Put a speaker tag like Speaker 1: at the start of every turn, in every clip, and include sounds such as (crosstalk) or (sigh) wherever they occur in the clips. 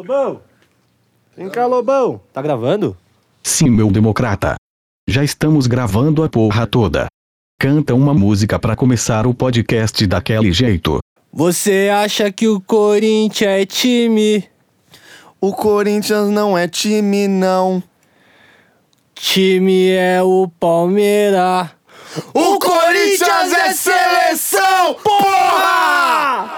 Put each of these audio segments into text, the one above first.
Speaker 1: Lobão! Vem cá, Lobão! Tá gravando?
Speaker 2: Sim, meu democrata. Já estamos gravando a porra toda. Canta uma música pra começar o podcast daquele jeito.
Speaker 1: Você acha que o Corinthians é time?
Speaker 3: O Corinthians não é time, não.
Speaker 1: Time é o Palmeiras.
Speaker 3: O Corinthians é seleção, porra!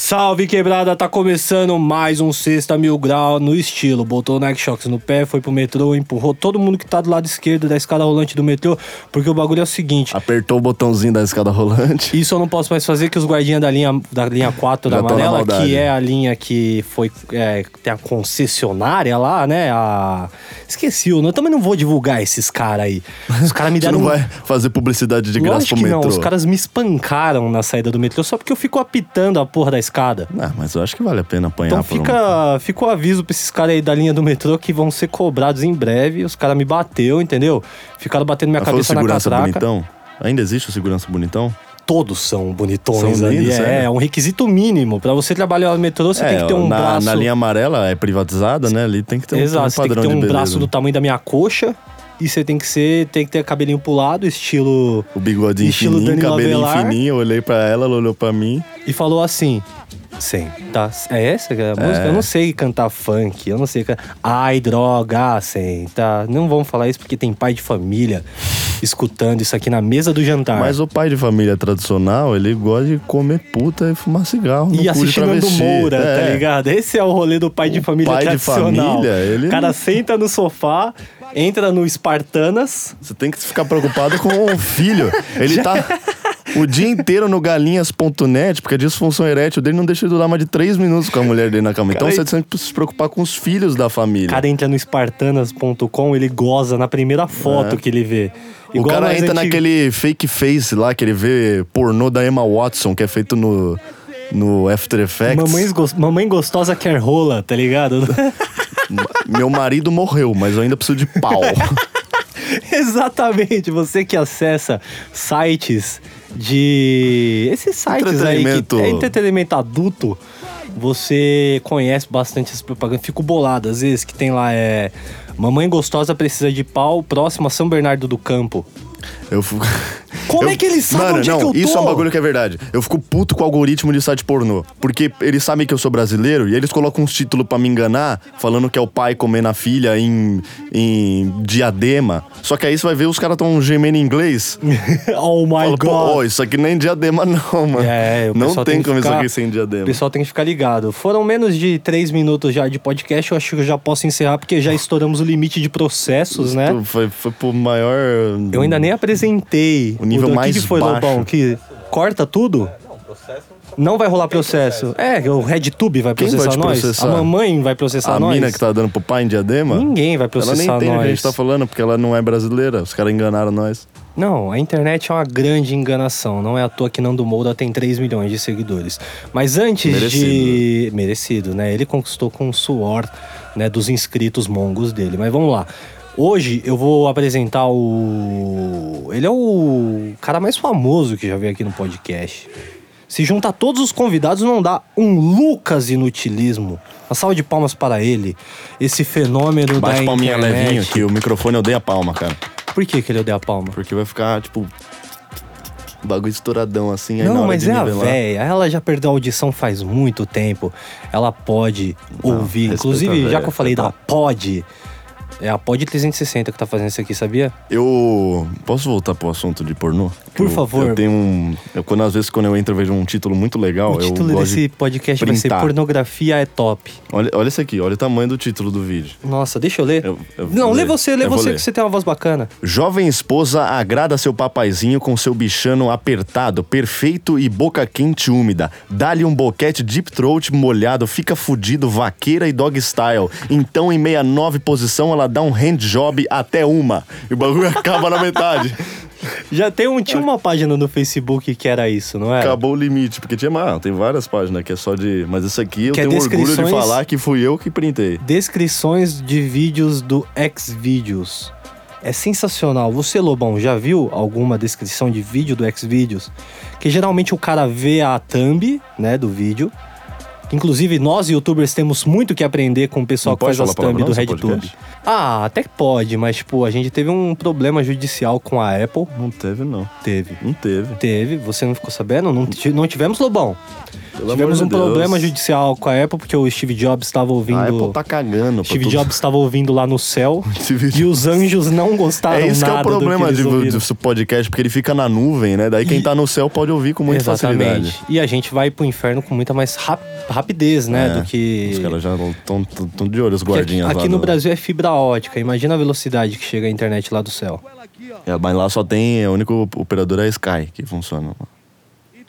Speaker 1: Salve quebrada, tá começando mais um Sexta Mil Grau no estilo. Botou o Nike Shox no pé, foi pro metrô, empurrou todo mundo que tá do lado esquerdo da escada rolante do metrô, porque o bagulho é o seguinte.
Speaker 3: Apertou o botãozinho da escada rolante.
Speaker 1: Isso eu não posso mais fazer, que os guardinhas da linha, da linha 4 da
Speaker 3: Já tão na
Speaker 1: amarela,
Speaker 3: maldade.
Speaker 1: que é a linha que foi. é, tem a concessionária lá, né? A... Esqueci o nome. Eu também não vou divulgar esses caras aí. Os
Speaker 3: (laughs)
Speaker 1: caras me
Speaker 3: Você
Speaker 1: deram.
Speaker 3: não
Speaker 1: um-
Speaker 3: vai fazer publicidade de graça
Speaker 1: Lógico
Speaker 3: pro
Speaker 1: que
Speaker 3: metrô.
Speaker 1: não, os caras me espancaram na saída do metrô só porque eu fico apitando a porra da escada.
Speaker 3: Ah, mas eu acho que vale a pena apanhar
Speaker 1: Então
Speaker 3: por um-
Speaker 1: fica, fica o aviso pra esses caras aí da linha do metrô que vão ser cobrados em breve. Os caras me bateu, entendeu? Ficaram batendo minha
Speaker 3: Ah, foi o
Speaker 1: cabeça na
Speaker 3: segurança
Speaker 1: catraca.
Speaker 3: bonitão? Ainda existe o segurança bonitão?
Speaker 1: Todos são bonitões
Speaker 3: São
Speaker 1: ali.
Speaker 3: lindos,
Speaker 1: é,
Speaker 3: é?
Speaker 1: é um requisito mínimo. Pra você trabalhar no metrô, você tem que ter um
Speaker 3: na,
Speaker 1: braço.
Speaker 3: na linha amarela é privatizada, né? Ali tem que ter um-
Speaker 1: Exato,
Speaker 3: um
Speaker 1: você tem que
Speaker 3: padrão
Speaker 1: ter um
Speaker 3: de beleza.
Speaker 1: braço do tamanho da minha coxa. E você tem que ser, tem que ter cabelinho pro lado, estilo.
Speaker 3: O bigodinho
Speaker 1: Estilo
Speaker 3: fininho,
Speaker 1: Danilo
Speaker 3: cabelinho
Speaker 1: Avelar.
Speaker 3: fininho, eu olhei pra ela, ela olhou pra mim.
Speaker 1: E falou assim. Sim, tá. É essa que é a música? Eu não sei cantar funk, eu não sei. can- Ai, droga, sim, tá. Não vamos falar isso porque tem pai de família escutando isso aqui na mesa do jantar.
Speaker 3: Mas o pai de família tradicional, ele gosta de comer puta e fumar cigarro.
Speaker 1: e
Speaker 3: no cu de
Speaker 1: assistindo Nando
Speaker 3: travesti.
Speaker 1: Moura, tá
Speaker 3: É.
Speaker 1: ligado? Esse é o rolê do pai de família
Speaker 3: pai de
Speaker 1: tradicional.
Speaker 3: família, ele-
Speaker 1: O cara senta no sofá, entra no Espartanas.
Speaker 3: Você tem que ficar preocupado com o filho. Ele tá o dia inteiro no galinhas.net, porque a disfunção erétil dele não deixa ele durar mais de três minutos com a mulher dele na cama. Então
Speaker 1: Cara,
Speaker 3: você tem que se preocupar com os filhos da família.
Speaker 1: O cara entra no espartanas.com, ele goza na primeira foto que ele vê.
Speaker 3: É. o
Speaker 1: Igual
Speaker 3: cara
Speaker 1: nós
Speaker 3: entra
Speaker 1: antigo-
Speaker 3: naquele fake face lá que ele vê pornô da Emma Watson, que é feito no, no After Effects.
Speaker 1: Mamães gos- Mamãe gostosa quer rola, tá ligado?
Speaker 3: (laughs) Meu marido morreu, mas eu ainda preciso de
Speaker 1: (laughs)
Speaker 3: pau.
Speaker 1: Exatamente, você que acessa sites de. Esses sites aí que
Speaker 3: Entretenimento.
Speaker 1: é entretenimento adulto, você conhece bastante as propagandas. Fico bolado, às vezes, que tem lá é. Mamãe gostosa precisa de pau, próximo a São Bernardo do Campo. (laughs)
Speaker 3: Eu (laughs) fico...
Speaker 1: Como é que ele sabe
Speaker 3: Mano,
Speaker 1: onde é
Speaker 3: não,
Speaker 1: que eu tô?
Speaker 3: isso é um bagulho que é verdade. Eu fico puto com o algoritmo de site pornô. Porque eles sabem que eu sou brasileiro e eles colocam uns títulos pra me enganar, falando que é o pai comendo a filha em, em diadema. Só que aí você vai ver os caras tão gemendo em inglês.
Speaker 1: oh my
Speaker 3: Fala,
Speaker 1: god.
Speaker 3: pô, ó, isso aqui nem diadema (laughs) não, mano.
Speaker 1: É, o
Speaker 3: não
Speaker 1: pessoal
Speaker 3: tem,
Speaker 1: tem que
Speaker 3: como
Speaker 1: ficar-
Speaker 3: isso aqui sem diadema.
Speaker 1: O pessoal tem que ficar ligado. Foram menos de três minutos já de podcast, eu acho que eu já posso encerrar, porque já estouramos o limite de processos, né?
Speaker 3: Tipo, Foi, foi pro maior...
Speaker 1: Eu ainda nem apresentei
Speaker 3: O nível
Speaker 1: do-
Speaker 3: mais
Speaker 1: que que foi,
Speaker 3: baixo.
Speaker 1: Lobão? Que corta tudo? Não vai rolar processo. É, o RedTube vai
Speaker 3: Quem vai
Speaker 1: processar
Speaker 3: te
Speaker 1: nós.
Speaker 3: processar?
Speaker 1: A mamãe vai processar
Speaker 3: A
Speaker 1: nós.
Speaker 3: mina que tá dando pro pai em diadema?
Speaker 1: Ninguém vai
Speaker 3: Ela
Speaker 1: processar
Speaker 3: nem entende o
Speaker 1: nós.
Speaker 3: que a gente tá falando, porque ela não é brasileira. Os caras enganaram nós.
Speaker 1: Não, a internet é uma grande enganação. Não é à toa que Nando Moura tem 3 milhões de seguidores. Mas antes de. Merecido, né? Ele conquistou com o suor né, dos inscritos mongos dele. Mas vamos lá. Hoje eu vou apresentar o. Ele é o cara mais famoso que já veio aqui no podcast. Se juntar todos os convidados, não dá um Lucas Inutilismo. Uma salva de palmas para ele. Esse fenômeno
Speaker 3: Bate
Speaker 1: da
Speaker 3: palminha
Speaker 1: internet.
Speaker 3: levinho, que o microfone odeia palma, cara.
Speaker 1: Por que, que ele odeia a palma?
Speaker 3: Porque vai ficar, tipo, o bagulho estouradão assim. Aí na
Speaker 1: Não,
Speaker 3: hora
Speaker 1: mas
Speaker 3: de
Speaker 1: é a
Speaker 3: nivelar,
Speaker 1: véia. Ela já perdeu a audição faz muito tempo. Ela pode
Speaker 3: Não,
Speaker 1: ouvir.
Speaker 3: Ah, respeita
Speaker 1: Inclusive,
Speaker 3: a
Speaker 1: já
Speaker 3: véia,
Speaker 1: que eu falei
Speaker 3: tá
Speaker 1: da
Speaker 3: bom.
Speaker 1: pode, É a Pod 360 que tá fazendo isso aqui, sabia?
Speaker 3: Eu. Posso voltar pro assunto de pornô?
Speaker 1: Por
Speaker 3: Eu-
Speaker 1: favor.
Speaker 3: Eu tenho um. eu, quando, às vezes, quando eu entro, eu vejo um título muito legal.
Speaker 1: o título
Speaker 3: eu gosto
Speaker 1: desse
Speaker 3: de
Speaker 1: podcast vai ser
Speaker 3: printar.
Speaker 1: Pornografia é Top.
Speaker 3: Olha, olha esse aqui, olha o tamanho do título do vídeo.
Speaker 1: Nossa, deixa eu ler.
Speaker 3: Eu- eu vou
Speaker 1: Não, lê
Speaker 3: ler.
Speaker 1: você, lê
Speaker 3: Eu vou
Speaker 1: você,
Speaker 3: ler.
Speaker 1: que você tem uma voz bacana.
Speaker 3: Jovem esposa agrada seu papaizinho com seu bichano apertado, perfeito e boca quente úmida. Dá-lhe um boquete deep throat molhado, fica fudido, vaqueira e dog style. Então, em 69 posição, ela dá um hand job até uma. E o bagulho (laughs) acaba na metade.
Speaker 1: Já tem um, tinha uma página no Facebook que era isso, não é?
Speaker 3: Acabou o limite, porque tinha mais, tem várias páginas que é só de. Mas isso aqui eu
Speaker 1: Que é
Speaker 3: tenho orgulho de
Speaker 1: descrições-
Speaker 3: falar que fui eu que printei.
Speaker 1: Descrições de vídeos do Xvideos. É sensacional. Você, Lobão, já viu alguma descrição de vídeo do Xvideos? Que geralmente o cara vê a thumb, né, do vídeo. Inclusive, nós, youtubers, temos muito que aprender com o pessoal
Speaker 3: Não
Speaker 1: que
Speaker 3: pode
Speaker 1: faz as
Speaker 3: falar palavrão
Speaker 1: thumb do
Speaker 3: nesse
Speaker 1: RedTube.
Speaker 3: podcast?
Speaker 1: Ah, até que pode, mas, tipo, a gente teve um problema judicial com a Apple.
Speaker 3: Não teve, não.
Speaker 1: Teve.
Speaker 3: Não teve.
Speaker 1: Teve, você não ficou sabendo? Não, ti- não tivemos Lobão.
Speaker 3: Pelo
Speaker 1: tivemos
Speaker 3: amor de
Speaker 1: um
Speaker 3: Deus.
Speaker 1: problema judicial com a Apple, porque o Steve Jobs estava ouvindo.
Speaker 3: A Apple tá cagando. pra
Speaker 1: Steve
Speaker 3: tudo.
Speaker 1: Jobs estava ouvindo lá no
Speaker 3: (laughs)
Speaker 1: céu
Speaker 3: Steve
Speaker 1: e os anjos não gostaram
Speaker 3: É isso que é
Speaker 1: nada
Speaker 3: o
Speaker 1: do
Speaker 3: problema
Speaker 1: eles
Speaker 3: de,
Speaker 1: ouviram.
Speaker 3: do podcast, porque ele fica na nuvem, né? Daí quem
Speaker 1: E-
Speaker 3: tá no céu pode ouvir com muita
Speaker 1: Exatamente.
Speaker 3: facilidade.
Speaker 1: E a gente vai pro inferno com muita mais rap- rapidez, né? do que.
Speaker 3: É, Os caras já estão de olho, os
Speaker 1: Porque
Speaker 3: guardinhas
Speaker 1: aqui,
Speaker 3: lá.
Speaker 1: aqui no Brasil é fibra ótica. Imagina a velocidade que chega a internet lá do céu.
Speaker 3: É, mas lá só tem, o único operador é a Sky que funciona.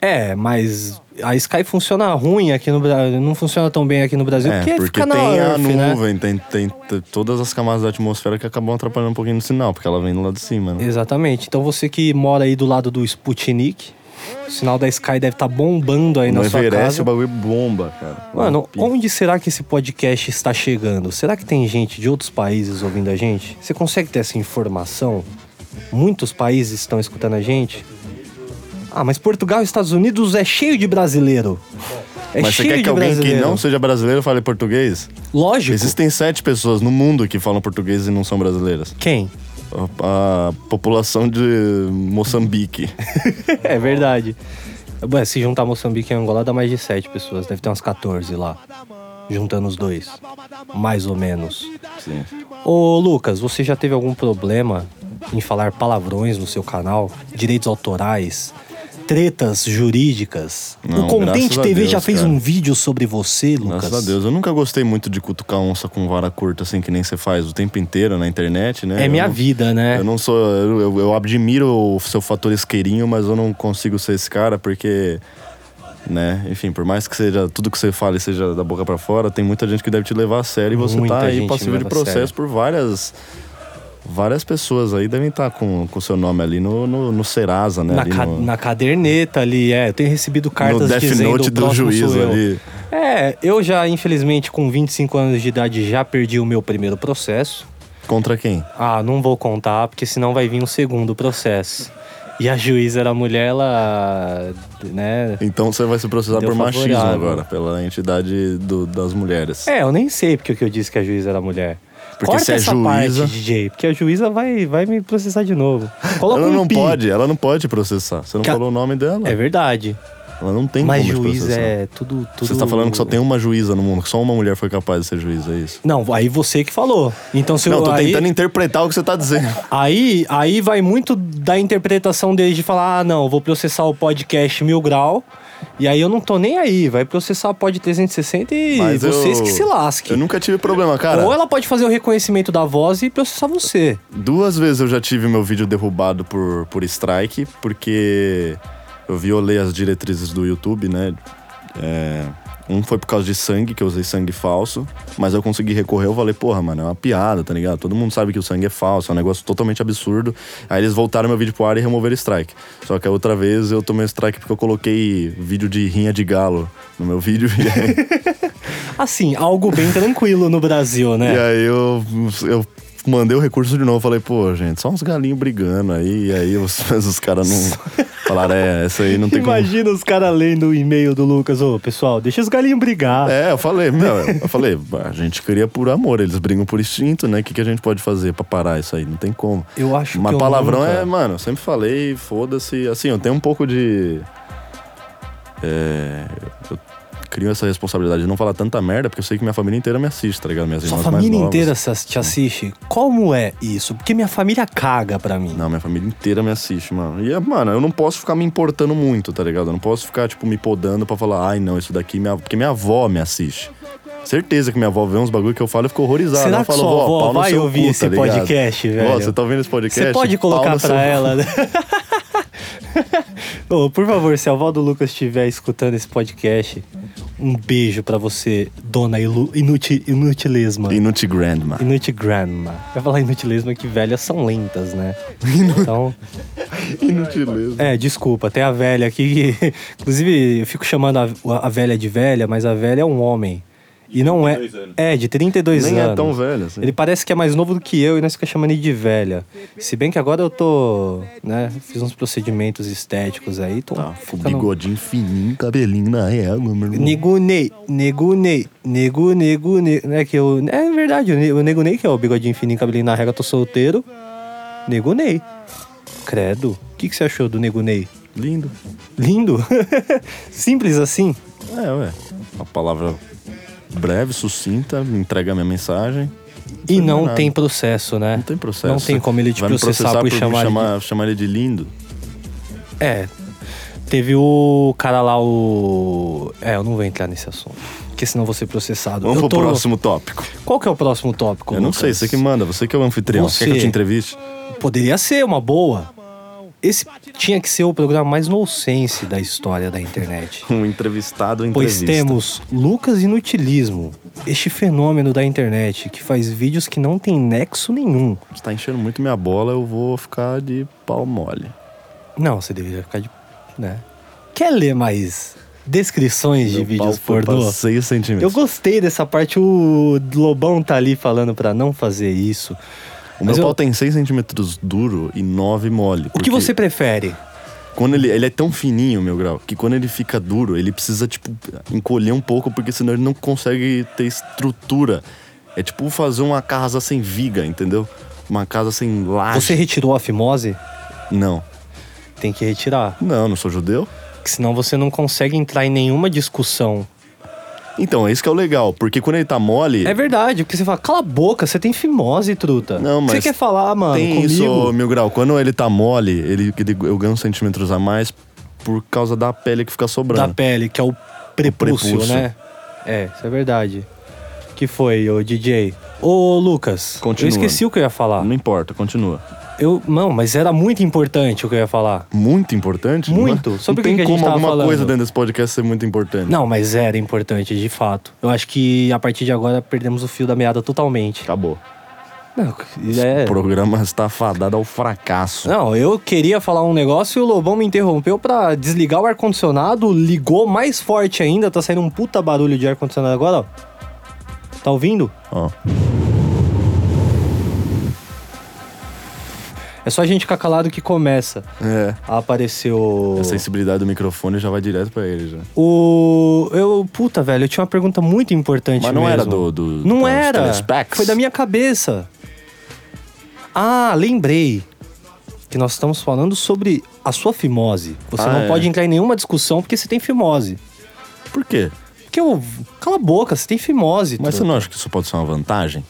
Speaker 1: É, mas a Sky funciona ruim aqui no Brasil. Não funciona tão bem aqui no Brasil
Speaker 3: É,
Speaker 1: porque,
Speaker 3: porque
Speaker 1: fica
Speaker 3: tem
Speaker 1: na
Speaker 3: a
Speaker 1: Earth, né?
Speaker 3: nuvem, tem, tem t- todas as camadas da atmosfera que acabam atrapalhando um pouquinho no sinal, porque ela vem do lado de cima, né?
Speaker 1: Exatamente. Então você que mora aí do lado do Sputnik, o sinal da Sky deve estar bombando aí
Speaker 3: No
Speaker 1: na sua
Speaker 3: Everest
Speaker 1: casa.
Speaker 3: o bagulho bomba, cara.
Speaker 1: Mano, um
Speaker 3: Pi-
Speaker 1: onde será que esse podcast está chegando? Será que tem gente de outros países ouvindo a gente? Você consegue ter essa informação? Muitos países estão escutando a gente? Ah, mas Portugal e Estados Unidos é cheio de brasileiro. É
Speaker 3: Mas você
Speaker 1: cheio
Speaker 3: quer
Speaker 1: de
Speaker 3: que alguém que
Speaker 1: brasileiro.
Speaker 3: não seja brasileiro fale português?
Speaker 1: Lógico.
Speaker 3: Existem sete pessoas no mundo que falam português e não são brasileiras.
Speaker 1: Quem?
Speaker 3: a a população de Moçambique.
Speaker 1: É verdade. Ué, se juntar Moçambique e Angola dá mais de 7 pessoas, deve ter umas 14 lá. Juntando os dois. Mais ou menos.
Speaker 3: Sim.
Speaker 1: Ô Lucas, você já teve algum problema em falar palavrões no seu canal? Direitos autorais? Tretas jurídicas? o
Speaker 3: Não,
Speaker 1: Contente
Speaker 3: graças a
Speaker 1: TV já
Speaker 3: Deus,
Speaker 1: fez
Speaker 3: cara.
Speaker 1: um vídeo sobre você, Lucas.
Speaker 3: Graças a Deus. Eu nunca gostei muito de cutucar onça com vara curta, assim, que nem você faz o tempo inteiro na internet, né?
Speaker 1: É
Speaker 3: Eu
Speaker 1: minha
Speaker 3: não-
Speaker 1: vida, né?
Speaker 3: Eu não sou. Eu, eu- eu admiro o seu fator isqueirinho, mas eu não consigo ser esse cara porque. Né? Enfim, por mais que seja tudo que você fale seja da boca pra fora, tem muita gente que deve te levar a sério e você
Speaker 1: Muita
Speaker 3: tá
Speaker 1: gente me
Speaker 3: aí passível de
Speaker 1: leva a sério.
Speaker 3: processo por várias. Várias pessoas aí devem estar com com o seu nome ali no, no, no Serasa, né?
Speaker 1: Na,
Speaker 3: ali
Speaker 1: ca-
Speaker 3: no...
Speaker 1: na caderneta ali, é. Eu tenho recebido cartas
Speaker 3: no Death
Speaker 1: dizendo
Speaker 3: Note
Speaker 1: "O
Speaker 3: do
Speaker 1: próximo
Speaker 3: juiz
Speaker 1: sou eu".
Speaker 3: ali.
Speaker 1: É, eu já, infelizmente, com 25 anos de idade, já perdi o meu primeiro processo.
Speaker 3: Contra quem?
Speaker 1: Ah, não vou contar, porque senão vai vir um segundo processo. E a juíza era mulher, ela. né?
Speaker 3: Então você vai se processar
Speaker 1: Deu
Speaker 3: por machismo
Speaker 1: favorável.
Speaker 3: agora, pela entidade do- das mulheres.
Speaker 1: É, eu nem sei porque que eu disse que a juíza era mulher.
Speaker 3: Porque
Speaker 1: Corta
Speaker 3: se é
Speaker 1: essa
Speaker 3: juíza-
Speaker 1: parte, DJ, porque a juíza vai, vai me processar de novo. Coloca
Speaker 3: Ela
Speaker 1: um
Speaker 3: não
Speaker 1: pi.
Speaker 3: pode, ela não pode processar. Você não
Speaker 1: Que a-
Speaker 3: falou o nome dela.
Speaker 1: É verdade.
Speaker 3: Ela não tem
Speaker 1: Mas
Speaker 3: como te
Speaker 1: juiz
Speaker 3: processar.
Speaker 1: é tudo, tudo.
Speaker 3: Você está falando que só tem uma juíza no mundo, que só uma mulher foi capaz de ser juíza, é isso?
Speaker 1: Não, aí você que falou. Então se
Speaker 3: Não,
Speaker 1: eu.
Speaker 3: tô
Speaker 1: aí...
Speaker 3: tentando interpretar o que você tá dizendo.
Speaker 1: Aí, aí vai muito da interpretação deles de falar: ah, não, eu vou processar o podcast Mil Grau. E aí eu não tô nem aí. Vai processar a Pod 360 e
Speaker 3: Mas eu-
Speaker 1: vocês que se lasquem.
Speaker 3: Eu nunca tive problema, cara.
Speaker 1: Ou ela pode fazer o reconhecimento da voz e processar você.
Speaker 3: Duas vezes eu já tive meu vídeo derrubado por, por strike, porque eu violei as diretrizes do YouTube, né? É, um foi por causa de sangue, que eu usei sangue falso, mas eu consegui recorrer, eu falei, porra, mano, é uma piada, tá ligado? Todo mundo sabe que o sangue é falso, é um negócio totalmente absurdo. Aí eles voltaram meu vídeo pro ar e removeram o strike. Só que a outra vez eu tomei o strike porque eu coloquei vídeo de rinha de galo no meu vídeo (laughs) e aí
Speaker 1: Assim, algo bem tranquilo no Brasil,
Speaker 3: E
Speaker 1: né?
Speaker 3: aí eu, eu mandei o recurso de novo. Falei, pô, gente, só uns galinhos brigando aí. E aí os, (laughs) mas os
Speaker 1: (laughs)
Speaker 3: caras não. Falaram, é, essa aí não tem como.
Speaker 1: Imagina os caras lendo o e-mail do Lucas, ô pessoal, deixa os galinhos brigar.
Speaker 3: É, eu falei, meu, eu falei, a gente cria por amor, eles brigam por instinto, né? O que, que a gente pode fazer pra parar isso aí? Não tem como.
Speaker 1: Eu acho
Speaker 3: Mas
Speaker 1: que eu
Speaker 3: palavrão
Speaker 1: nunca-
Speaker 3: é, mano, eu sempre falei, foda-se. Assim, eu tenho um pouco de. É, eu crio essa responsabilidade de não falar tanta merda, porque eu sei que minha família inteira me assiste, tá ligado? Minhas
Speaker 1: Sua
Speaker 3: irmãs mais
Speaker 1: família
Speaker 3: novas.
Speaker 1: inteira se ass- te assiste? Como é isso? Porque minha família caga pra mim.
Speaker 3: Não, minha família inteira me assiste, mano. E, é, mano, eu não posso ficar me importando muito, tá ligado? Eu não posso ficar, tipo, me podando pra falar, ai, não, isso daqui... Minha... Porque minha avó me assiste. Certeza que minha avó vê uns bagulho que eu falo e fica horrorizada.
Speaker 1: Será
Speaker 3: ela
Speaker 1: que
Speaker 3: fala,
Speaker 1: sua
Speaker 3: "Vó,
Speaker 1: avó
Speaker 3: pau no
Speaker 1: vai
Speaker 3: seu
Speaker 1: ouvir
Speaker 3: cu", tá
Speaker 1: esse
Speaker 3: ligado?
Speaker 1: podcast,
Speaker 3: Ó,
Speaker 1: velho?
Speaker 3: você tá ouvindo esse podcast?
Speaker 1: Você pode
Speaker 3: Pau
Speaker 1: colocar
Speaker 3: no seu
Speaker 1: pra
Speaker 3: cu.
Speaker 1: ela, né? (laughs) Ô, por favor, se a avó do Lucas estiver escutando esse podcast, um beijo pra você, dona ilu inuti inutilesma.
Speaker 3: E no Tigrandma.
Speaker 1: Inut Grandma. Vai falar inutilesma que velhas são lentas, né? Então,
Speaker 3: Inutileza.
Speaker 1: é, desculpa, tem a velha aqui. que- (laughs) Inclusive, eu fico chamando a, a velha de velha, mas a velha é um homem. E não é.
Speaker 4: 32 anos.
Speaker 1: É, de 32
Speaker 3: Nem
Speaker 1: anos.
Speaker 3: é tão velho assim.
Speaker 1: Ele parece que é mais novo do que eu e nós ficamos chamando ele de velha. Se bem que agora eu tô, né, fiz uns procedimentos estéticos aí, tô
Speaker 3: Tá, com
Speaker 1: ficando-
Speaker 3: bigodinho fininho, cabelinho na régua, meu irmão.
Speaker 1: Negunei, negunei, nego, nego, ne- é que eu, é verdade, eu ne- eu negunei que é o bigodinho fininho, cabelinho na regra, tô solteiro. Negunei. Credo. O que que você achou do negunei?
Speaker 3: Lindo.
Speaker 1: Lindo? (laughs) Simples assim?
Speaker 3: É, ué. Uma palavra breve, sucinta, me entrega a minha mensagem.
Speaker 1: E não
Speaker 3: nada.
Speaker 1: tem processo, né?
Speaker 3: Não tem processo.
Speaker 1: Não tem como ele te
Speaker 3: Vai me
Speaker 1: processar, por
Speaker 3: me
Speaker 1: chamar, ele de-
Speaker 3: chamar, chamar ele de lindo.
Speaker 1: É. Teve o cara lá, o. É, eu não vou entrar nesse assunto. Porque senão vou ser processado.
Speaker 3: Vamos
Speaker 1: eu
Speaker 3: pro
Speaker 1: tô-
Speaker 3: próximo tópico.
Speaker 1: Qual que é o próximo tópico?
Speaker 3: eu não
Speaker 1: Lucas?
Speaker 3: sei, você que manda, você que é o anfitrião.
Speaker 1: Você.
Speaker 3: Quer que eu te entreviste?
Speaker 1: Poderia ser uma boa. Esse tinha que ser o programa mais nonsense da história da internet.
Speaker 3: Um entrevistado em
Speaker 1: Pois temos Lucas Inutilismo, este fenômeno da internet que faz vídeos que não tem nexo nenhum.
Speaker 3: Você tá enchendo muito minha bola, eu vou ficar de pau mole.
Speaker 1: Não, você deveria ficar de. né? Quer ler mais descrições de
Speaker 3: Meu pau
Speaker 1: vídeos
Speaker 3: foi pra
Speaker 1: pornô?
Speaker 3: 6
Speaker 1: Eu
Speaker 3: centímetros.
Speaker 1: gostei dessa parte, o Lobão tá ali falando pra não fazer isso.
Speaker 3: O meu
Speaker 1: Mas eu-
Speaker 3: pau tá tem 6 centímetros duro e 9 mole.
Speaker 1: O que você prefere?
Speaker 3: Quando ele, ele é tão fininho, meu grau, que quando ele fica duro, ele precisa, tipo, encolher um pouco, porque senão ele não consegue ter estrutura. É tipo fazer uma casa sem viga, entendeu? Uma casa sem laje.
Speaker 1: Você retirou a fimose?
Speaker 3: Não.
Speaker 1: Tem que retirar.
Speaker 3: Não, não sou judeu.
Speaker 1: Porque senão você não consegue entrar em nenhuma discussão.
Speaker 3: Então, é isso que é o legal, porque quando ele tá mole.
Speaker 1: É verdade, porque você fala, cala a boca, você tem fimose, truta.
Speaker 3: Não, mas
Speaker 1: Você quer falar, mano,
Speaker 3: tem
Speaker 1: comigo?
Speaker 3: isso, ô, meu grau. Quando ele tá mole, ele, ele- eu ganho uns centímetros a mais por causa da pele que fica
Speaker 1: da
Speaker 3: sobrando.
Speaker 1: pele, que é o prepúcio,
Speaker 3: prepúcio.
Speaker 1: né? É, isso é verdade. Que foi, ô DJ? Ô, Lucas, eu
Speaker 3: Continua.
Speaker 1: esqueci o que eu ia falar.
Speaker 3: Não importa, continua.
Speaker 1: Eu, não, mas era muito importante o que eu ia falar.
Speaker 3: Muito importante?
Speaker 1: Muito.
Speaker 3: Não, é?
Speaker 1: Sobre o
Speaker 3: não
Speaker 1: que
Speaker 3: tem
Speaker 1: que a gente
Speaker 3: como
Speaker 1: tava
Speaker 3: alguma
Speaker 1: falando.
Speaker 3: coisa dentro desse podcast ser muito importante.
Speaker 1: Não, mas era importante, de fato. Eu acho que a partir de agora perdemos o fio da meada totalmente.
Speaker 3: Acabou.
Speaker 1: Não, é...
Speaker 3: O programa está fadado ao fracasso.
Speaker 1: Não, eu queria falar um negócio e o Lobão me interrompeu pra desligar o ar-condicionado, ligou mais forte ainda, tá saindo um puta barulho de ar-condicionado agora, ó. Tá ouvindo?
Speaker 3: Ó,
Speaker 1: É só a gente ficar calado que começa
Speaker 3: é.
Speaker 1: a aparecer o...
Speaker 3: A sensibilidade do microfone já vai direto pra ele já.
Speaker 1: O... Eu... Puta, velho, eu tinha uma pergunta muito importante
Speaker 3: Mas não
Speaker 1: mesmo.
Speaker 3: era do- do-
Speaker 1: Não
Speaker 3: dos
Speaker 1: era.
Speaker 3: telespects?
Speaker 1: Foi da minha cabeça. Ah, lembrei. Que nós estamos falando sobre a sua fimose. Você
Speaker 3: Ah,
Speaker 1: não
Speaker 3: é.
Speaker 1: pode entrar em nenhuma discussão porque você tem fimose.
Speaker 3: Por quê?
Speaker 1: Porque eu. Cala a boca, você tem fimose.
Speaker 3: Mas você
Speaker 1: truta.
Speaker 3: não acha que isso pode ser uma vantagem?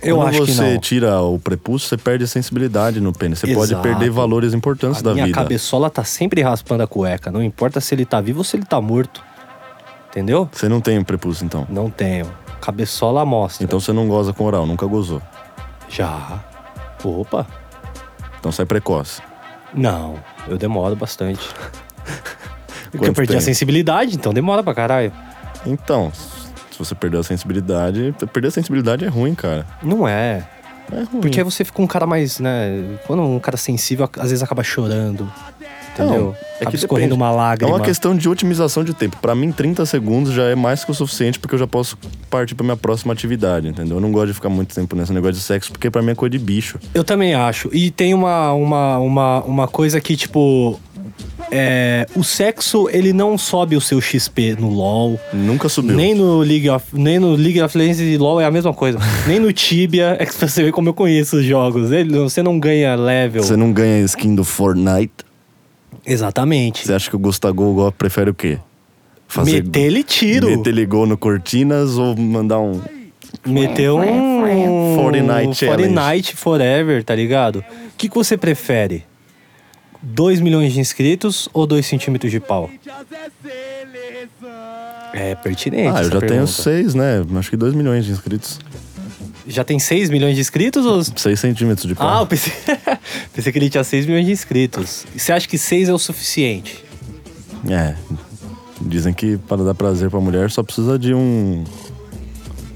Speaker 1: Eu
Speaker 3: Quando
Speaker 1: acho que
Speaker 3: você
Speaker 1: não.
Speaker 3: tira o prepúcio, você perde a sensibilidade no pênis. Você pode
Speaker 1: Exato.
Speaker 3: perder valores importantes
Speaker 1: A
Speaker 3: da
Speaker 1: minha
Speaker 3: vida.
Speaker 1: cabeçola tá sempre raspando a cueca. Não importa se ele tá vivo ou se ele tá morto. Entendeu?
Speaker 3: Você não tem prepúcio, então.
Speaker 1: Não tenho. Cabeçola mostra.
Speaker 3: Então você não goza com oral, nunca gozou.
Speaker 1: Já. Opa.
Speaker 3: Então sai precoce.
Speaker 1: Não, eu demoro bastante.
Speaker 3: (laughs)
Speaker 1: Porque eu
Speaker 3: Quanto
Speaker 1: perdi a
Speaker 3: tempo?
Speaker 1: sensibilidade, então demora pra caralho.
Speaker 3: Então, se você perdeu a sensibilidade, perder a sensibilidade é ruim, cara.
Speaker 1: Não é.
Speaker 3: É ruim.
Speaker 1: Porque aí você fica um cara mais, né? Quando um cara sensível, às vezes acaba chorando. Entendeu?
Speaker 3: é
Speaker 1: acaba
Speaker 3: que
Speaker 1: escorrendo
Speaker 3: depende.
Speaker 1: uma lágrima.
Speaker 3: É uma questão de otimização de tempo. Pra mim, 30 segundos já é mais que o suficiente porque eu já posso partir pra minha próxima atividade, entendeu? Eu não gosto de ficar muito tempo nesse negócio de sexo porque pra mim é coisa de bicho.
Speaker 1: Eu também acho. E tem uma, uma, uma, uma coisa que, tipo. É, o sexo, ele não sobe o seu XP no LoL.
Speaker 3: Nunca subiu.
Speaker 1: Nem no, League of, nem no League of Legends e LoL é a mesma
Speaker 3: (laughs)
Speaker 1: coisa. nem no Tibia, é que você vê como eu conheço os jogos. Ele, você não ganha level.
Speaker 3: Você não ganha skin do Fortnite.
Speaker 1: Exatamente.
Speaker 3: Você acha que o Gustavo Gol prefere o quê? Fazer-
Speaker 1: Meter-lhe tiro.
Speaker 3: Meter-lhe gol no Cortinas ou mandar um.
Speaker 1: Meteu um.
Speaker 3: Fortnite Challenge.
Speaker 1: Fortnite Forever, tá ligado? O que, que você prefere? 2 milhões de inscritos ou 2 centímetros de pau? É pertinente.
Speaker 3: Ah, eu
Speaker 1: essa
Speaker 3: já tenho
Speaker 1: pergunta.
Speaker 3: seis, né? Acho que dois milhões de inscritos.
Speaker 1: Já tem 6 milhões de inscritos
Speaker 3: (laughs)
Speaker 1: ou.
Speaker 3: Seis centímetros de
Speaker 1: Ah,
Speaker 3: pau.
Speaker 1: eu pensei... (laughs) pensei que ele tinha 6 milhões de inscritos. E Você acha que 6 é o suficiente?
Speaker 3: É. Dizem que para dar prazer pra mulher só precisa de um.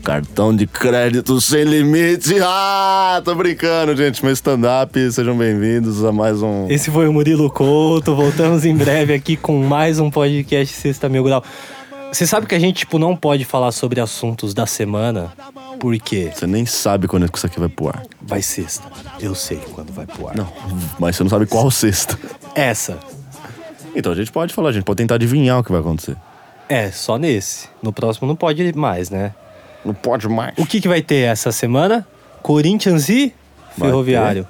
Speaker 3: Cartão de crédito sem limite. Ah, tô brincando, gente. Meu stand-up, sejam bem-vindos a mais um.
Speaker 1: Esse foi o Murilo Couto. Voltamos em breve aqui com mais um podcast Sexta Mil Grau. Você sabe que a gente tipo, não pode falar sobre assuntos da semana, porque
Speaker 3: Você nem sabe quando é que isso aqui vai pro ar.
Speaker 1: vai sexta. Eu sei quando vai pro ar.
Speaker 3: Não, mas você não sabe qual sexta.
Speaker 1: Essa.
Speaker 3: Então a gente pode falar, a gente pode tentar adivinhar o que vai acontecer.
Speaker 1: É, só nesse. No próximo não pode mais, né?
Speaker 3: Não pode mais.
Speaker 1: O que, que vai ter essa semana? Corinthians e
Speaker 3: Vai
Speaker 1: Ferroviário.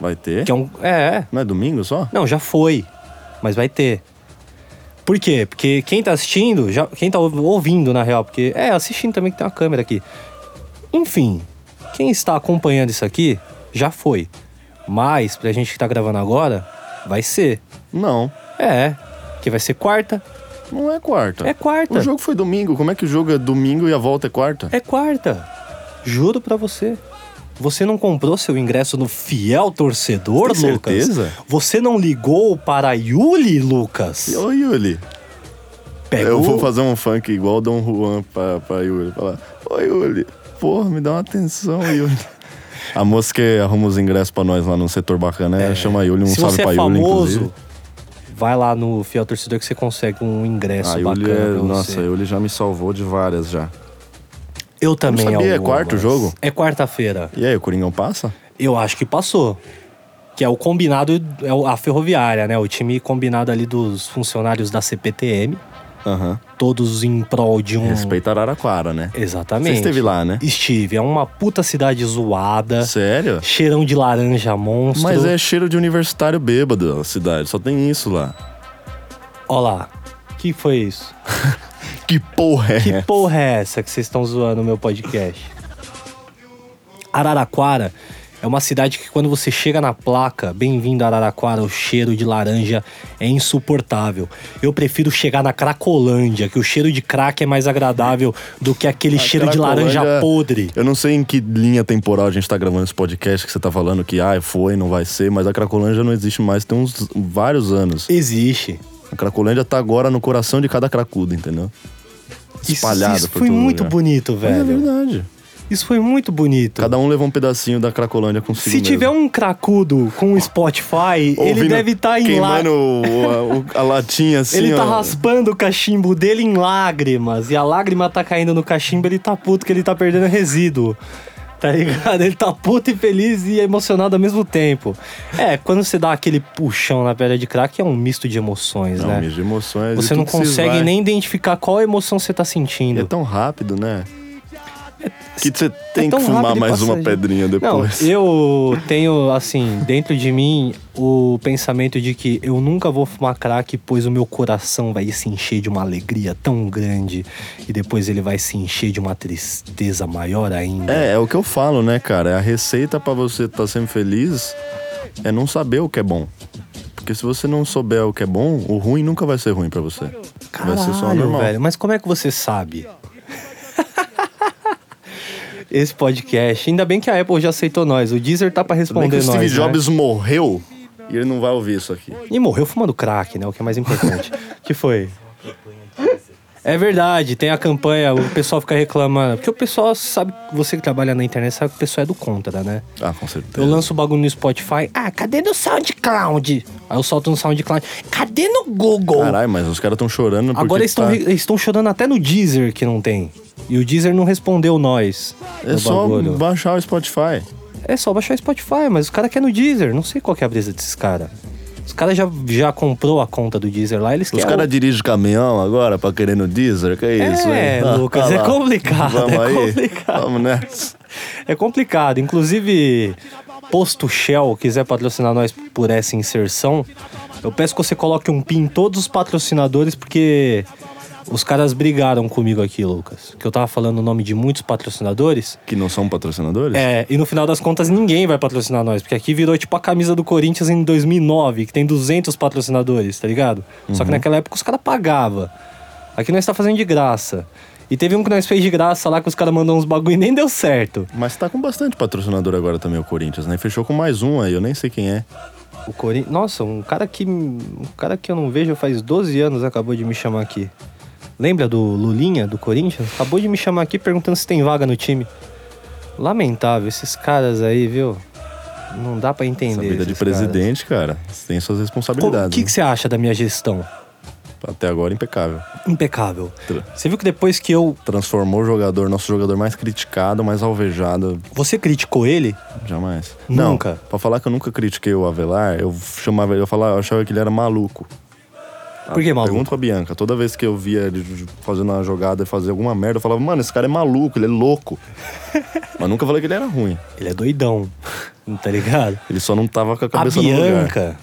Speaker 3: Vai ter?
Speaker 1: Que é um. É, é.
Speaker 3: Não é domingo só?
Speaker 1: Não, já foi. Mas vai ter. Por quê? Porque quem tá assistindo, já, quem tá ouv- ouvindo, na real, porque. É, assistindo também que tem uma câmera aqui. Enfim, quem está acompanhando isso aqui, já foi. Mas, pra gente que tá gravando agora, vai ser.
Speaker 3: Não.
Speaker 1: É. Que vai ser quarta.
Speaker 3: Não é quarta.
Speaker 1: É quarta.
Speaker 3: O jogo foi domingo. Como é que o jogo é domingo e a volta é quarta?
Speaker 1: É quarta. Juro pra você. Você não comprou seu ingresso no fiel torcedor,
Speaker 3: Tem
Speaker 1: Lucas?
Speaker 3: certeza?
Speaker 1: Você não ligou para Yuli, Lucas?
Speaker 3: E Ô, Yuli.
Speaker 1: Pega
Speaker 3: Eu
Speaker 1: o-
Speaker 3: vou fazer um funk igual o Dom Juan pra, pra Yuli. Falar, ô Yuli, porra, me dá uma atenção, (laughs) Yuli. A moça que arruma os ingressos pra nós lá no setor bacana, ela chama a Yuli, um
Speaker 1: Se
Speaker 3: salve
Speaker 1: você
Speaker 3: pra
Speaker 1: é
Speaker 3: Yuli,
Speaker 1: famoso,
Speaker 3: inclusive.
Speaker 1: vai lá no fiel torcedor que você consegue um ingresso
Speaker 3: A Yuli
Speaker 1: bacana.
Speaker 3: é,
Speaker 1: pra você.
Speaker 3: nossa, a Yuli já me salvou de várias já.
Speaker 1: eu também.
Speaker 3: não sabia, é
Speaker 1: Aulas.
Speaker 3: quarto jogo?
Speaker 1: É quarta-feira.
Speaker 3: E aí, o Coringão passa?
Speaker 1: Eu acho que passou. Que é o combinado, é o- a ferroviária, né? O time combinado ali dos funcionários da CPTM,
Speaker 3: Aham.
Speaker 1: todos em prol
Speaker 3: Hum.
Speaker 1: de um.
Speaker 3: Respeita Araraquara, né?
Speaker 1: Exatamente.
Speaker 3: Você esteve lá, né?
Speaker 1: Estive. É uma puta cidade zoada.
Speaker 3: Sério?
Speaker 1: Cheirão de laranja monstro.
Speaker 3: Mas é cheiro de universitário bêbado a cidade, só tem isso lá.
Speaker 1: Ó lá. Que foi isso?
Speaker 3: Que porra é?
Speaker 1: Que porra é essa que vocês estão zoando o meu podcast? Araraquara é uma cidade que quando você chega na placa, bem-vindo a Araraquara, o cheiro de laranja é insuportável. Eu prefiro chegar na Cracolândia, que o cheiro de crack é mais agradável do que aquele cheiro de laranja
Speaker 3: Cracolândia-
Speaker 1: podre.
Speaker 3: Eu não sei em que linha temporal a gente tá gravando esse podcast que você tá falando que, ah, foi, não vai ser, mas a Cracolândia não existe mais, tem uns vários anos.
Speaker 1: Existe.
Speaker 3: A Cracolândia tá agora no coração de cada cracudo, entendeu? Espalhada
Speaker 1: isso, isso
Speaker 3: por
Speaker 1: foi
Speaker 3: todo
Speaker 1: muito
Speaker 3: lugar.
Speaker 1: bonito, né,
Speaker 3: Mas É
Speaker 1: velho.
Speaker 3: verdade.
Speaker 1: Isso foi muito bonito.
Speaker 3: Cada um levou um pedacinho da Cracolândia consigo
Speaker 1: Se tiver um cracudo com o Spotify, ele deve estar em lá.
Speaker 3: Queimando o- a, o- a latinha assim,
Speaker 1: Ele tá
Speaker 3: ó.
Speaker 1: raspando o cachimbo dele em lágrimas. E a lágrima tá caindo no cachimbo, ele tá puto que ele tá perdendo resíduo. Tá ligado? Ele tá puto e feliz e emocionado ao mesmo tempo. É, quando você dá aquele puxão na pedra de crack, é um misto de emoções,
Speaker 3: Não,
Speaker 1: né?
Speaker 3: minhas emoções. e
Speaker 1: Você não
Speaker 3: tudo se
Speaker 1: consegue
Speaker 3: esvai.
Speaker 1: nem identificar qual emoção você tá
Speaker 3: É
Speaker 1: sentindo.
Speaker 3: tão rápido, né? que você tem
Speaker 1: É, tão
Speaker 3: que fumar
Speaker 1: rápido e
Speaker 3: mais uma
Speaker 1: passageiro.
Speaker 3: pedrinha depois.
Speaker 1: Não, eu tenho, assim, dentro de mim o pensamento de que eu nunca vou fumar crack, pois o meu coração vai se encher de uma alegria tão grande e depois ele vai se encher de uma tristeza maior ainda.
Speaker 3: É, é o que eu falo, né, cara? A receita pra você estar sempre feliz é não saber o que é bom. Porque se você não souber o que é bom, o ruim nunca vai ser ruim pra você.
Speaker 1: Caralho,
Speaker 3: É, vai ser só normal.
Speaker 1: velho, mas como é que você sabe? (laughs) Esse podcast, ainda bem que a Apple já aceitou nós, o Deezer tá pra
Speaker 3: Bem que
Speaker 1: responder
Speaker 3: o Steve
Speaker 1: nós. né?
Speaker 3: Jobs morreu e ele não vai ouvir isso aqui.
Speaker 1: E morreu fumando crack, né? O que é mais
Speaker 3: (laughs)
Speaker 1: importante. que foi? É verdade, tem a campanha, o pessoal fica reclamando. Porque o pessoal sabe, você que trabalha na internet sabe que o pessoal é do contra, né?
Speaker 3: Ah, com
Speaker 1: Eu
Speaker 3: certeza.
Speaker 1: lanço o bagulho no Spotify, ah, cadê no SoundCloud? Aí eu solto no SoundCloud, cadê no Google?
Speaker 3: Caralho, mas os caras estão chorando porque
Speaker 1: Agora eles estão
Speaker 3: tá...
Speaker 1: re- eles estão chorando até no Deezer que não tem. E o Deezer não respondeu nós.
Speaker 3: É
Speaker 1: no
Speaker 3: só
Speaker 1: bagulho.
Speaker 3: baixar o Spotify.
Speaker 1: É só baixar o Spotify, mas o cara quer no Deezer. Não sei qual que é a brisa desses caras. Os caras já, já comprou a conta do Deezer lá, eles
Speaker 3: Os
Speaker 1: querem.
Speaker 3: caras dirigem caminhão agora pra querer no Deezer? Que é isso,
Speaker 1: É,
Speaker 3: hein? Ah, (laughs)
Speaker 1: Lucas,
Speaker 3: ah
Speaker 1: é
Speaker 3: lá.
Speaker 1: complicado,
Speaker 3: Vamos
Speaker 1: é
Speaker 3: aí.
Speaker 1: complicado.
Speaker 3: Vamos nessa.
Speaker 1: É complicado. Inclusive, posto Shell quiser patrocinar nós por essa inserção, eu peço que você coloque um PIN em todos os patrocinadores, porque Os caras brigaram comigo aqui, Lucas. Que eu tava falando o nome de muitos patrocinadores.
Speaker 3: Que não são patrocinadores?
Speaker 1: É, e no final das contas ninguém vai patrocinar nós, porque aqui virou tipo a camisa do Corinthians em 2009, que tem 200 patrocinadores, tá ligado? Só que naquela época os caras pagavam. Aqui nós tá fazendo de graça. E teve um que nós fez de graça lá que os caras mandou uns bagulho e nem deu certo.
Speaker 3: Mas tá com bastante patrocinador agora também, o Corinthians, né? Fechou com mais um aí, eu nem sei quem é.
Speaker 1: O Corin... Nossa, um cara que um cara que eu não vejo faz 12 anos acabou de me chamar aqui. Lembra do Lulinha do Corinthians? Acabou de me chamar aqui perguntando se tem vaga no time. Lamentável esses caras aí, viu? Não dá pra entender.
Speaker 3: Essa vida de
Speaker 1: esses caras.
Speaker 3: presidente, é cara, você tem suas
Speaker 1: Como- O
Speaker 3: responsabilidades.
Speaker 1: que, que você acha da minha gestão?
Speaker 3: né? Até agora, impecável.
Speaker 1: Impecável.
Speaker 3: Tra-
Speaker 1: Você viu que depois que eu.
Speaker 3: Transformou o jogador, nosso jogador mais criticado, mais alvejado,
Speaker 1: Você criticou ele?
Speaker 3: jamais.
Speaker 1: Nunca.
Speaker 3: Não, pra falar que eu nunca critiquei o Avelar, eu chamava ele, eu, falava, eu achava que ele era maluco.
Speaker 1: Por que, maluco?
Speaker 3: Ah, Pergunta pra Bianca. Toda vez que eu via ele j- fazendo uma jogada e fazer alguma merda, eu falava, mano, esse cara é maluco, ele
Speaker 1: (laughs)
Speaker 3: é louco. Mas nunca falei que ele era ruim.
Speaker 1: Ele é doidão. (laughs) tá ligado?
Speaker 3: Ele só não tava com a
Speaker 1: A
Speaker 3: cabeça no lugar. É.
Speaker 1: Bianca,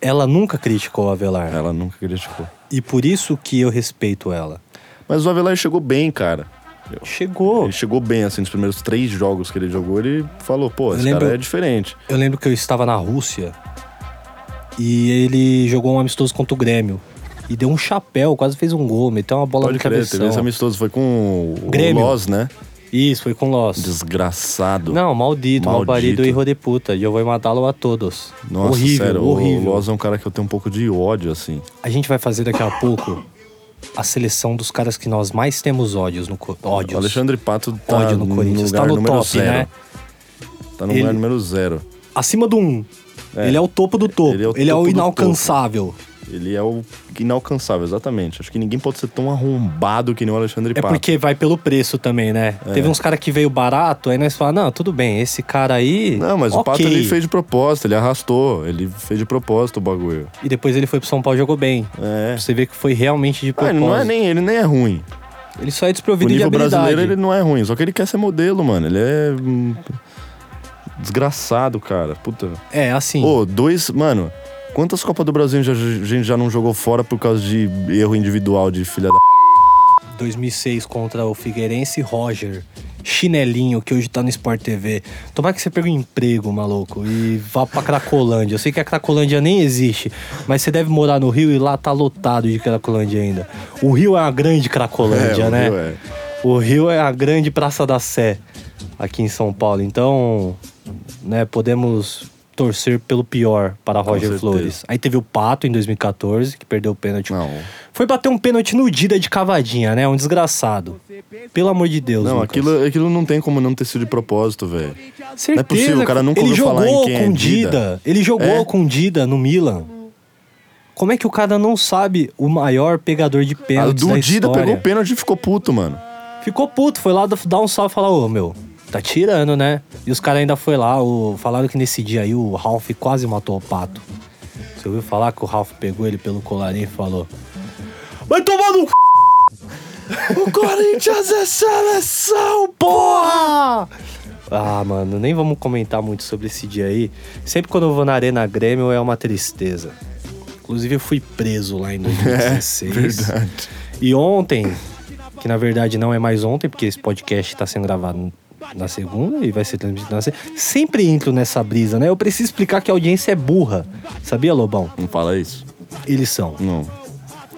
Speaker 1: ela nunca criticou o Avelar.
Speaker 3: Ela nunca criticou.
Speaker 1: E por isso que eu respeito ela.
Speaker 3: Mas o Avelar chegou bem, cara.
Speaker 1: Chegou.
Speaker 3: Ele chegou bem, assim, nos primeiros três jogos que ele jogou, ele falou, pô, esse
Speaker 1: Eu lembro-
Speaker 3: cara é diferente.
Speaker 1: Eu lembro que eu estava na Rússia e ele jogou um amistoso contra o Grêmio. E deu um chapéu, quase fez um gol, meteu uma bola
Speaker 3: Pode
Speaker 1: no
Speaker 3: crer, teve
Speaker 1: cabeção.
Speaker 3: esse amistoso, foi com o, o
Speaker 1: Grêmio.
Speaker 3: Loz, né?
Speaker 1: Isso, foi com nós.
Speaker 3: Desgraçado.
Speaker 1: Não, maldito, maldito.
Speaker 3: Maldito.
Speaker 1: malparido, hijo de puta. E eu vou matá-lo a todos.
Speaker 3: Nossa,
Speaker 1: horrível,
Speaker 3: sério,
Speaker 1: horrível.
Speaker 3: o Loz é um cara que eu tenho um pouco de ódio, assim.
Speaker 1: A gente vai fazer daqui a pouco a seleção dos caras que nós mais temos ódios no co-
Speaker 3: O
Speaker 1: ódios.
Speaker 3: Alexandre Pato tá
Speaker 1: Ódio no Corinthians,
Speaker 3: lugar
Speaker 1: tá no
Speaker 3: número
Speaker 1: top,
Speaker 3: zero.
Speaker 1: né?
Speaker 3: Tá no
Speaker 1: Ele-
Speaker 3: lugar número zero.
Speaker 1: Acima do Um. Ele é o topo do topo.
Speaker 3: Ele
Speaker 1: Ele
Speaker 3: é
Speaker 1: é
Speaker 3: o
Speaker 1: o,
Speaker 3: topo do
Speaker 1: inalcançável.
Speaker 3: Ele é o inalcançável, exatamente. Acho que ninguém pode ser tão arrombado que nem o Alexandre
Speaker 1: É
Speaker 3: Pato.
Speaker 1: porque vai pelo preço também, né?
Speaker 3: É.
Speaker 1: Teve uns caras que veio barato, aí nós falamos, não, tudo bem, esse cara aí.
Speaker 3: Não, mas o Pato
Speaker 1: ok."
Speaker 3: ele fez de propósito, ele arrastou, ele fez de propósito o bagulho.
Speaker 1: E depois ele foi pro São Paulo e jogou bem.
Speaker 3: É.
Speaker 1: Pra você ver que foi realmente de
Speaker 3: Ah, ele
Speaker 1: propósito.
Speaker 3: não é nem, ele nem é ruim.
Speaker 1: Ele só é
Speaker 3: O
Speaker 1: desprovido de
Speaker 3: nível
Speaker 1: habilidade.
Speaker 3: brasileiro ele não é ruim, só que ele quer ser modelo, mano. Ele é. hum, Desgraçado, cara. Puta.
Speaker 1: É, assim.
Speaker 3: Ô, dois. Mano, quantas Copas do Brasil já- a gente já não jogou fora por causa de erro individual de filha da.
Speaker 1: 2006 contra o Figueirense, Roger. Chinelinho, que hoje tá no Sport TV. Tomara que você pegue um emprego, maluco, e vá pra Cracolândia. Eu sei que a Cracolândia nem existe, mas você deve morar no Rio e lá tá lotado de Cracolândia ainda. O Rio é uma grande Cracolândia,
Speaker 3: É, o
Speaker 1: né?
Speaker 3: Rio é.
Speaker 1: O Rio é a grande Praça da Sé aqui em São Paulo. Então, né, podemos torcer pelo pior para Roger
Speaker 3: certeza.
Speaker 1: Flores. Aí teve o Pato em 2014, que perdeu o pênalti.
Speaker 3: Não.
Speaker 1: Foi bater um pênalti no Dida de cavadinha, né? Um desgraçado. Pelo amor de Deus,
Speaker 3: Não,
Speaker 1: Lucas.
Speaker 3: aquilo, aquilo não tem como não ter sido de propósito, velho.
Speaker 1: Certeza,
Speaker 3: Não é possível, o cara nunca
Speaker 1: ele
Speaker 3: ouviu
Speaker 1: jogou
Speaker 3: falar em quem é
Speaker 1: com
Speaker 3: Dida.
Speaker 1: Ele jogou
Speaker 3: É.
Speaker 1: com Dida no Milan. Como é que o cara não sabe o maior pegador de
Speaker 3: A
Speaker 1: pênalti da
Speaker 3: Ah, do Dida
Speaker 1: história?
Speaker 3: pegou o pênalti e ficou puto, mano.
Speaker 1: Ficou puto, foi lá dar um salve e falar, ô meu, tá tirando, né? E os caras ainda foi lá, o, falaram que nesse dia aí o Ralph quase matou o pato. Você ouviu falar que o Ralph pegou ele pelo colarinho e falou. Vai tomar no c... O Corinthians é seleção, porra! Ah, mano, nem vamos comentar muito sobre esse dia aí. Sempre quando eu vou na Arena Grêmio é uma tristeza. Inclusive eu fui preso (laughs) lá em 2016.
Speaker 3: verdade.
Speaker 1: E ontem, que na verdade não é mais ontem, porque esse podcast tá sendo gravado na segunda e vai ser transmitido na sexta. Sempre entro nessa brisa, né? Eu preciso explicar que a audiência é burra. Sabia, Lobão?
Speaker 3: Não fala isso.
Speaker 1: Eles são.
Speaker 3: Não.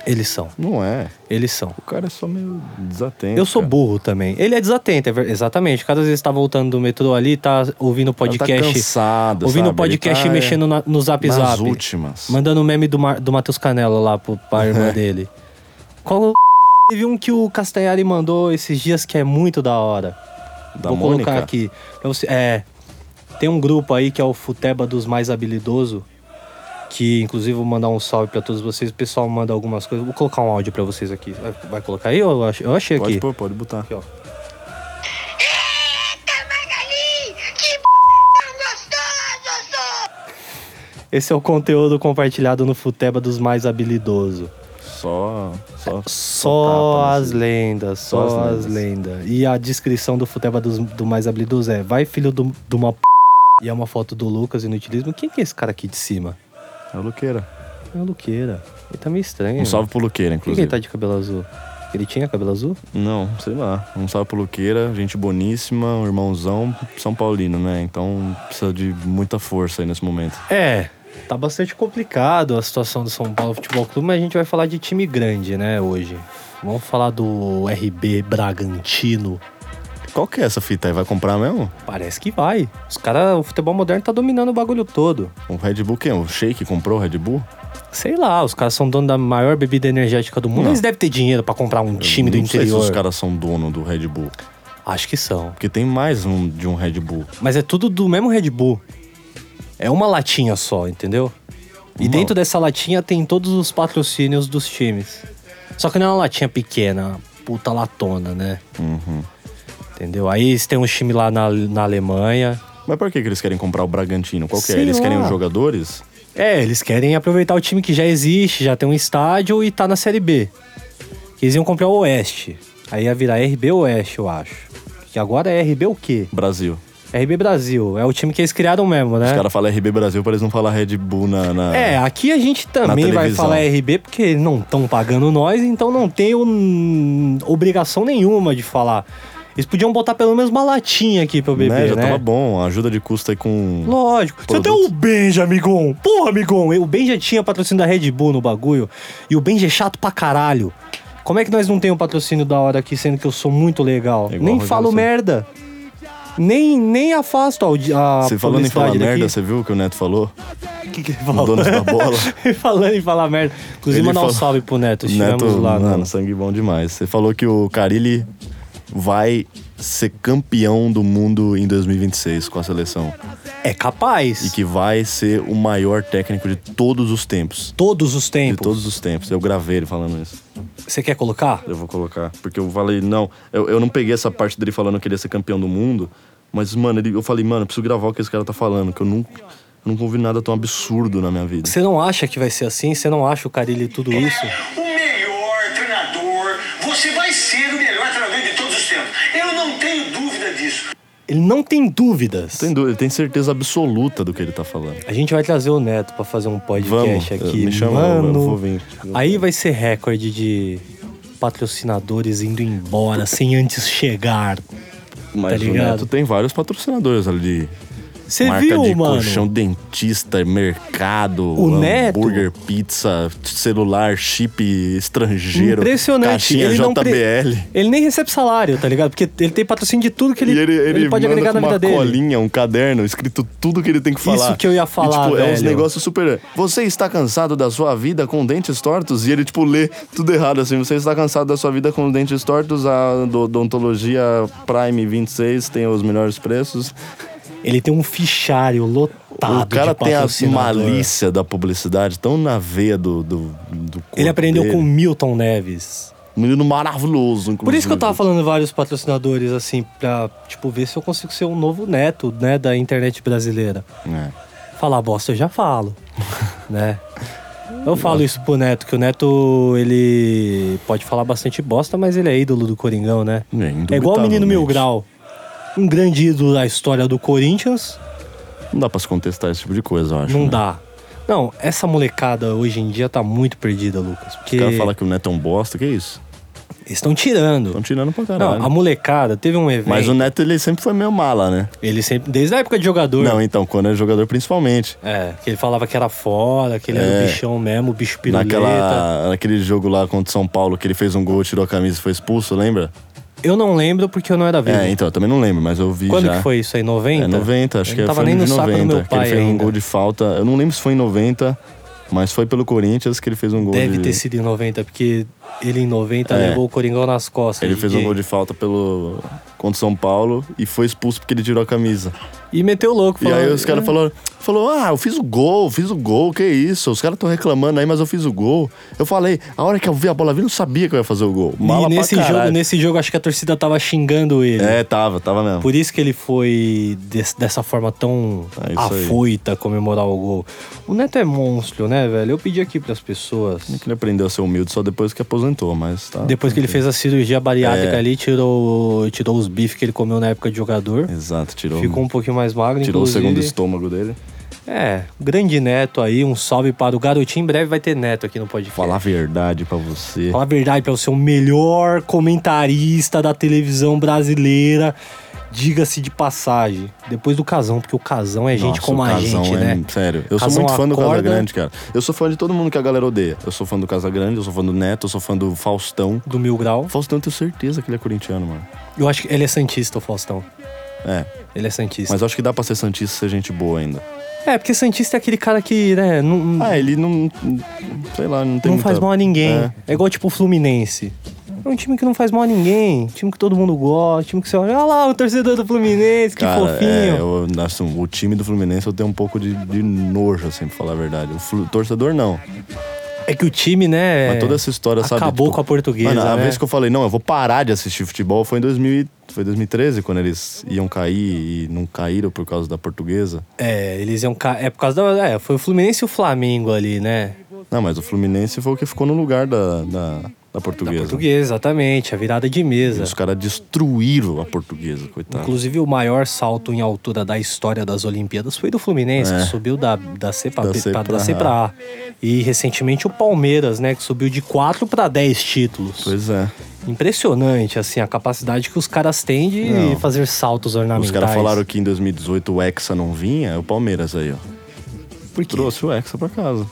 Speaker 1: Eles são.
Speaker 3: Não é.
Speaker 1: Eles são.
Speaker 3: O cara é só meio desatento.
Speaker 1: Eu sou
Speaker 3: cara.
Speaker 1: burro também. Ele é desatento, é ver- exatamente. Cada vez tá voltando do metrô ali, tá ouvindo o podcast.
Speaker 3: cansado,
Speaker 1: ouvindo o
Speaker 3: sabe? Ele
Speaker 1: podcast
Speaker 3: tá,
Speaker 1: e mexendo na- no zap
Speaker 3: nas
Speaker 1: zap.
Speaker 3: últimas.
Speaker 1: Mandando o meme do, Mar, do Matheus Canela lá pro
Speaker 3: (laughs)
Speaker 1: pra irmã dele. Qual o. (laughs) Teve um que o Castanhari mandou esses dias que é muito da hora.
Speaker 3: Da
Speaker 1: Vou
Speaker 3: Mônica?
Speaker 1: colocar aqui. Pra você- é. Tem um grupo aí que é o Futeba dos Mais Habilidoso. Que inclusive vou mandar um salve pra todos vocês. O pessoal manda algumas coisas. Vou colocar um áudio pra vocês aqui. Vai, vai colocar aí? Eu achei, eu achei
Speaker 3: Pode
Speaker 1: aqui.
Speaker 3: pôr, pode botar.
Speaker 1: Aqui, ó.
Speaker 4: Eita, Magali! Que p... gostoso, sou!
Speaker 1: Esse é o conteúdo compartilhado no Futeba dos Mais Habilidoso.
Speaker 3: Só. Só,
Speaker 1: Só
Speaker 3: tapa,
Speaker 1: as
Speaker 3: né?
Speaker 1: lendas, só,
Speaker 3: Só as
Speaker 1: as, lendas. E a descrição do Futeba dos, do Mais Habilidoso é Vai filho do- de uma p... E é uma foto do Lucas Inutilismo. Quem que é esse cara aqui de cima?
Speaker 3: É o Luqueira.
Speaker 1: É o Luqueira. Ele tá meio estranho.
Speaker 3: Um
Speaker 1: né?
Speaker 3: salve pro Luqueira,
Speaker 1: Por que tá que
Speaker 3: inclusive.
Speaker 1: ele tá de cabelo azul? que ele tinha cabelo azul?
Speaker 3: Não, sei lá. Um Gonçalo Poluqueira, gente boníssima, um irmãozão, São Paulino, né? Então precisa de muita força aí nesse momento.
Speaker 1: É, tá bastante complicado a situação do São Paulo Futebol Clube, mas a gente vai falar de time grande, né, hoje. Vamos falar do RB Bragantino.
Speaker 3: Qual que é essa fita aí? Vai comprar mesmo?
Speaker 1: Parece que vai. Os caras, o futebol moderno tá dominando o bagulho todo.
Speaker 3: O Um Red Bull quem? O Shake comprou o Red Bull?
Speaker 1: Sei lá, os caras são dono da maior bebida energética do mundo.
Speaker 3: Não.
Speaker 1: Eles devem ter dinheiro pra comprar um time do
Speaker 3: Não sei se
Speaker 1: interior.
Speaker 3: os caras são dono do Red Bull.
Speaker 1: Acho que são.
Speaker 3: Porque tem mais um, de um Red Bull.
Speaker 1: Mas é tudo do mesmo Red Bull. É uma latinha só, entendeu? E
Speaker 3: Uma-
Speaker 1: dentro dessa latinha tem todos os patrocínios dos times. Só que não é uma latinha pequena, uma puta latona, né?
Speaker 3: Uhum.
Speaker 1: Entendeu? Aí eles têm um time lá na, na Alemanha.
Speaker 3: Mas por que, que eles querem comprar o Bragantino? Qual que é?
Speaker 1: Sei
Speaker 3: Eles querem
Speaker 1: lá.
Speaker 3: os jogadores?
Speaker 1: É, eles querem aproveitar o time que já existe, já tem um estádio e tá na Série B. Que Eles iam comprar o Oeste. Aí ia virar RB Oeste, eu acho. Que agora é RB o quê?
Speaker 3: Brasil.
Speaker 1: RB Brasil. É o time que eles criaram mesmo, né?
Speaker 3: Os caras falam RB Brasil pra eles não falar Red Bull na. na- né?
Speaker 1: É, aqui a gente também
Speaker 3: Na
Speaker 1: vai
Speaker 3: televisão.
Speaker 1: falar RB porque eles não estão pagando nós, então não tenho hum, obrigação nenhuma de falar. Eles podiam botar pelo menos uma latinha aqui pra eu beber,
Speaker 3: né?
Speaker 1: né?
Speaker 3: Já tava bom. A ajuda de custo aí com.
Speaker 1: Lógico. Você tem
Speaker 3: Produto.
Speaker 1: o Benja, amigão. Porra, amigão. O Benja tinha patrocínio da Red Bull no bagulho. E o Benja é chato pra caralho. Como é que nós não temos patrocínio da hora aqui, sendo que eu sou muito legal?
Speaker 3: É
Speaker 1: nem
Speaker 3: igual o Rogério
Speaker 1: falo
Speaker 3: Ceni.
Speaker 1: merda. Nem, nem afasto a, audi- a
Speaker 3: Você falando em falar
Speaker 1: publicidade daqui. (laughs)
Speaker 3: merda, você viu o que o Neto falou?
Speaker 1: O que, que ele
Speaker 3: O
Speaker 1: falou?
Speaker 3: dono da bola.
Speaker 1: (laughs) falando em falar merda. Inclusive,
Speaker 3: Ele
Speaker 1: mandar um
Speaker 3: falou-
Speaker 1: salve pro Neto. Estivemos
Speaker 3: Neto,
Speaker 1: lá,
Speaker 3: Né,
Speaker 1: tá?
Speaker 3: mano,
Speaker 1: mano.
Speaker 3: sangue bom demais. Você falou que o Carilli vai ser campeão do mundo em 2026 com a seleção.
Speaker 1: É capaz.
Speaker 3: E que vai ser o maior técnico de todos os tempos.
Speaker 1: Todos os
Speaker 3: De
Speaker 1: tempos.
Speaker 3: todos os tempos. Eu gravei ele falando isso.
Speaker 1: Você quer colocar?
Speaker 3: Eu vou colocar. Porque eu falei, não, eu, eu não peguei essa parte dele falando que ele ia ser campeão do mundo. Mas, mano, ele- eu falei, mano, eu preciso gravar o que esse cara tá falando, que eu nunca. Eu nunca ouvi nada tão absurdo na minha vida.
Speaker 1: Você não acha que vai ser assim? Você não acha o Carilli tudo isso?
Speaker 5: o melhor treinador, você vai ser o melhor treinador de todos os tempos. Eu não tenho dúvida disso.
Speaker 1: Ele não tem dúvidas.
Speaker 3: Tem dúvida, tem certeza absoluta do que ele tá falando.
Speaker 1: A gente vai trazer o Neto pra fazer um podcast
Speaker 3: Vamos,
Speaker 1: aqui.
Speaker 3: me chama,
Speaker 1: Mano,
Speaker 3: eu vou vir.
Speaker 1: Aí vai ser recorde de patrocinadores indo embora sem antes chegar.
Speaker 3: Mas o
Speaker 1: ligado?
Speaker 3: Neto tem vários patrocinadores ali.
Speaker 1: Você
Speaker 3: Marca
Speaker 1: viu,
Speaker 3: de
Speaker 1: mano?
Speaker 3: colchão, dentista, mercado,
Speaker 1: O Neto-
Speaker 3: hambúrguer, pizza, celular, chip estrangeiro,
Speaker 1: Impressionante.
Speaker 3: caixinha
Speaker 1: ele, não
Speaker 3: JBL.
Speaker 1: pre- ele nem recebe salário, tá ligado? Porque ele tem patrocínio de tudo que ele,
Speaker 3: E ele, ele,
Speaker 1: ele pode
Speaker 3: manda
Speaker 1: agregar
Speaker 3: com
Speaker 1: na vida
Speaker 3: uma
Speaker 1: dele.
Speaker 3: colinha, um caderno, escrito tudo que ele tem que falar.
Speaker 1: que eu ia
Speaker 3: E,
Speaker 1: falar,
Speaker 3: tipo, é uns
Speaker 1: velho.
Speaker 3: negócios super... Você está cansado da sua vida com dentes tortos? E ele, tipo, lê tudo errado, assim. Você está cansado da sua vida com dentes tortos? A do- odontologia Prime 26 tem os melhores preços.
Speaker 1: Ele tem um fichário lotado
Speaker 3: o cara
Speaker 1: de
Speaker 3: tem a
Speaker 1: patrocinador.
Speaker 3: malícia da publicidade tão na veia do, do, do corpo
Speaker 1: Ele aprendeu
Speaker 3: dele.
Speaker 1: com Milton Neves.
Speaker 3: Um menino maravilhoso, inclusive.
Speaker 1: Por isso que eu tava falando vários patrocinadores, assim, pra, tipo, ver se eu consigo ser um novo neto, né, da internet brasileira.
Speaker 3: É.
Speaker 1: Falar bosta eu já falo, (laughs) né? Eu falo isso pro Neto, que o Neto, ele pode falar bastante bosta, mas ele é ídolo do Coringão, né?
Speaker 3: É,
Speaker 1: É igual o menino
Speaker 3: indubitavelmente.
Speaker 1: Mil Grau. Um grande ídolo da história do Corinthians,
Speaker 3: Não dá pra se contestar esse tipo de coisa, eu acho.
Speaker 1: não
Speaker 3: né?
Speaker 1: dá. Não, essa molecada hoje em dia tá muito perdida, Lucas. Porque
Speaker 3: O cara fala que o Neto é um bosta, que isso?
Speaker 1: eles estão tirando.
Speaker 3: Estão tirando pra caralho.
Speaker 1: Não, a molecada teve um evento.
Speaker 3: Mas o Neto, ele sempre foi meio mala, né?
Speaker 1: Ele sempre, desde a época de jogador.
Speaker 3: Não, então, quando é jogador, principalmente.
Speaker 1: É, que ele falava que era fora, que ele era o bichão mesmo, o bicho piruleta.
Speaker 3: É. Naquela, naquele jogo lá contra o São Paulo, que ele fez um gol, tirou a camisa e foi expulso, lembra?
Speaker 1: Eu não lembro porque eu não era vivo.
Speaker 3: É, então, eu também não lembro, mas eu vi
Speaker 1: Quando
Speaker 3: já.
Speaker 1: que foi isso aí? 90?
Speaker 3: É 90, acho
Speaker 1: eu
Speaker 3: que
Speaker 1: não
Speaker 3: foi
Speaker 1: tava
Speaker 3: no
Speaker 1: nem no
Speaker 3: de
Speaker 1: saco
Speaker 3: 90,
Speaker 1: do meu
Speaker 3: que ele
Speaker 1: pai
Speaker 3: fez um
Speaker 1: ainda.
Speaker 3: gol de falta. Eu não lembro se foi em 90, mas foi pelo Corinthians que ele fez um gol
Speaker 1: Deve
Speaker 3: de...
Speaker 1: ter sido em 90, porque ele em 90
Speaker 3: É.
Speaker 1: levou o Coringão nas costas.
Speaker 3: Ele fez um
Speaker 1: DJ.
Speaker 3: gol de falta pelo contra o São Paulo e foi expulso porque ele tirou a camisa.
Speaker 1: E meteu o louco.
Speaker 3: E aí
Speaker 1: falando, "Hum."
Speaker 3: os caras falaram, falou, ah, eu fiz o gol, fiz o gol, que isso? Os caras estão reclamando aí, mas eu fiz o gol. Eu falei, a hora que eu vi a bola vir, eu não sabia que eu ia fazer o gol. Mala
Speaker 1: E nesse
Speaker 3: pra caralho.
Speaker 1: jogo, nesse jogo, acho que a torcida tava xingando ele.
Speaker 3: É, tava, tava mesmo.
Speaker 1: Por isso que ele foi des- dessa forma tão
Speaker 3: É isso aí.
Speaker 1: afoita comemorar o gol. O Neto é monstro, né, velho? Eu pedi aqui pras pessoas.
Speaker 3: Ele aprendeu a ser humilde só depois que aposentou, mas tá.
Speaker 1: Depois que ele fez a cirurgia bariátrica
Speaker 3: É.
Speaker 1: ali, tirou, tirou os bifes que ele comeu na época de jogador.
Speaker 3: Exato, tirou.
Speaker 1: Ficou um pouquinho mais magro,
Speaker 3: Tirou o
Speaker 1: inclusive.
Speaker 3: segundo estômago dele.
Speaker 1: É, grande neto aí, um salve para o garotinho. Em breve vai ter neto aqui no podcast.
Speaker 3: Falar a verdade pra você.
Speaker 1: Fala a verdade, pra eu ser o melhor comentarista da televisão brasileira. Diga-se de passagem. Depois do casão, porque o casão é gente
Speaker 3: Nossa,
Speaker 1: como
Speaker 3: o
Speaker 1: a
Speaker 3: Casão
Speaker 1: gente,
Speaker 3: é-
Speaker 1: né?
Speaker 3: Sério, eu sou
Speaker 1: Casão
Speaker 3: muito fã do
Speaker 1: acorda-
Speaker 3: Casa Grande, cara. Eu sou fã de todo mundo que a galera odeia. Eu sou fã do Casa Grande, eu sou fã do Neto, eu sou fã do Faustão.
Speaker 1: Do Mil Grau.
Speaker 3: Faustão, eu tenho certeza que ele é corintiano, mano.
Speaker 1: Eu acho que ele é Santista, o Faustão.
Speaker 3: É,
Speaker 1: Ele é Santista.
Speaker 3: mas eu acho que dá pra ser Santista e ser gente boa ainda.
Speaker 1: É, porque Santista é aquele cara que, né, não,
Speaker 3: Ah, ele não. Sei lá, não tem
Speaker 1: não
Speaker 3: muita-
Speaker 1: faz mal a ninguém.
Speaker 3: É.
Speaker 1: É. igual tipo o Fluminense. É um time que não faz mal a ninguém. Time que todo mundo gosta. Time que você olha, olha lá o torcedor do Fluminense, que
Speaker 3: Cara,
Speaker 1: fofinho.
Speaker 3: é, eu, assim, o time do Fluminense eu tenho um pouco de, de nojo, assim, pra falar a verdade. O flu- torcedor não.
Speaker 1: É que o time, né?
Speaker 3: Mas toda essa história,
Speaker 1: acabou
Speaker 3: sabe?
Speaker 1: Acabou
Speaker 3: tipo,
Speaker 1: com a portuguesa.
Speaker 3: Mano, a
Speaker 1: né?
Speaker 3: vez que eu falei, não, eu vou parar de assistir futebol foi em 2000, e- foi 2013, quando eles iam cair e não caíram por causa da portuguesa.
Speaker 1: É, eles iam. ca- É por causa da. É, foi o Fluminense e o Flamengo ali, né?
Speaker 3: Não, mas o Fluminense foi o que ficou no lugar da, da, da portuguesa.
Speaker 1: Portuguesa, exatamente. A virada de mesa.
Speaker 3: Os caras destruíram a portuguesa, coitado.
Speaker 1: Inclusive, o maior salto em altura da história das Olimpíadas foi do Fluminense, que subiu da, da C para
Speaker 3: É. Da C
Speaker 1: da
Speaker 3: pra
Speaker 1: C
Speaker 3: A.
Speaker 1: pra A. E recentemente o Palmeiras, né, que subiu de 4 para 10 títulos.
Speaker 3: Pois é.
Speaker 1: Impressionante, assim, a capacidade que os caras têm de
Speaker 3: Não.
Speaker 1: fazer saltos
Speaker 3: Os
Speaker 1: ornamentais.
Speaker 3: caras falaram que em 2018 o Hexa não vinha, é o Palmeiras aí, ó.
Speaker 1: Por quê?
Speaker 3: Trouxe o Hexa pra casa.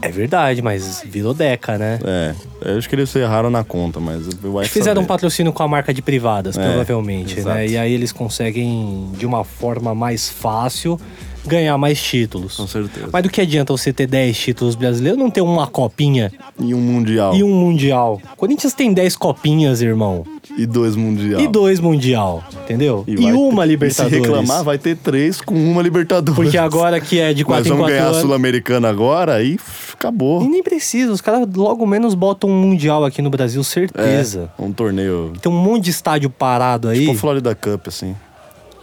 Speaker 1: É verdade, mas virou Deca, né?
Speaker 3: É, eu acho que eles erraram na conta, mas o Hexa. é
Speaker 1: Eles fizeram um
Speaker 3: veio.
Speaker 1: patrocínio com a marca de privadas,
Speaker 3: É,
Speaker 1: provavelmente,
Speaker 3: exato.
Speaker 1: né? E aí eles conseguem, de uma forma mais fácil, ganhar mais títulos.
Speaker 3: Com certeza.
Speaker 1: Mas do que adianta você ter 10 títulos brasileiros, não ter uma copinha
Speaker 3: E um Mundial.
Speaker 1: e um mundial? Corinthians tem 10 copinhas, irmão.
Speaker 3: E dois Mundial.
Speaker 1: E dois mundial, entendeu? E,
Speaker 3: vai
Speaker 1: uma
Speaker 3: ter-
Speaker 1: Libertadores.
Speaker 3: E se reclamar, vai ter três com uma Libertadores.
Speaker 1: Porque agora que é de
Speaker 3: Nós
Speaker 1: 4 em
Speaker 3: vamos
Speaker 1: 4
Speaker 3: ganhar a
Speaker 1: anos...
Speaker 3: Sul-Americana agora e f-
Speaker 1: E
Speaker 3: acabou.
Speaker 1: nem precisa, os caras logo menos botam um mundial aqui no Brasil, certeza.
Speaker 3: É, um torneio.
Speaker 1: Tem um monte de estádio parado aí.
Speaker 3: Tipo o Florida Cup, assim.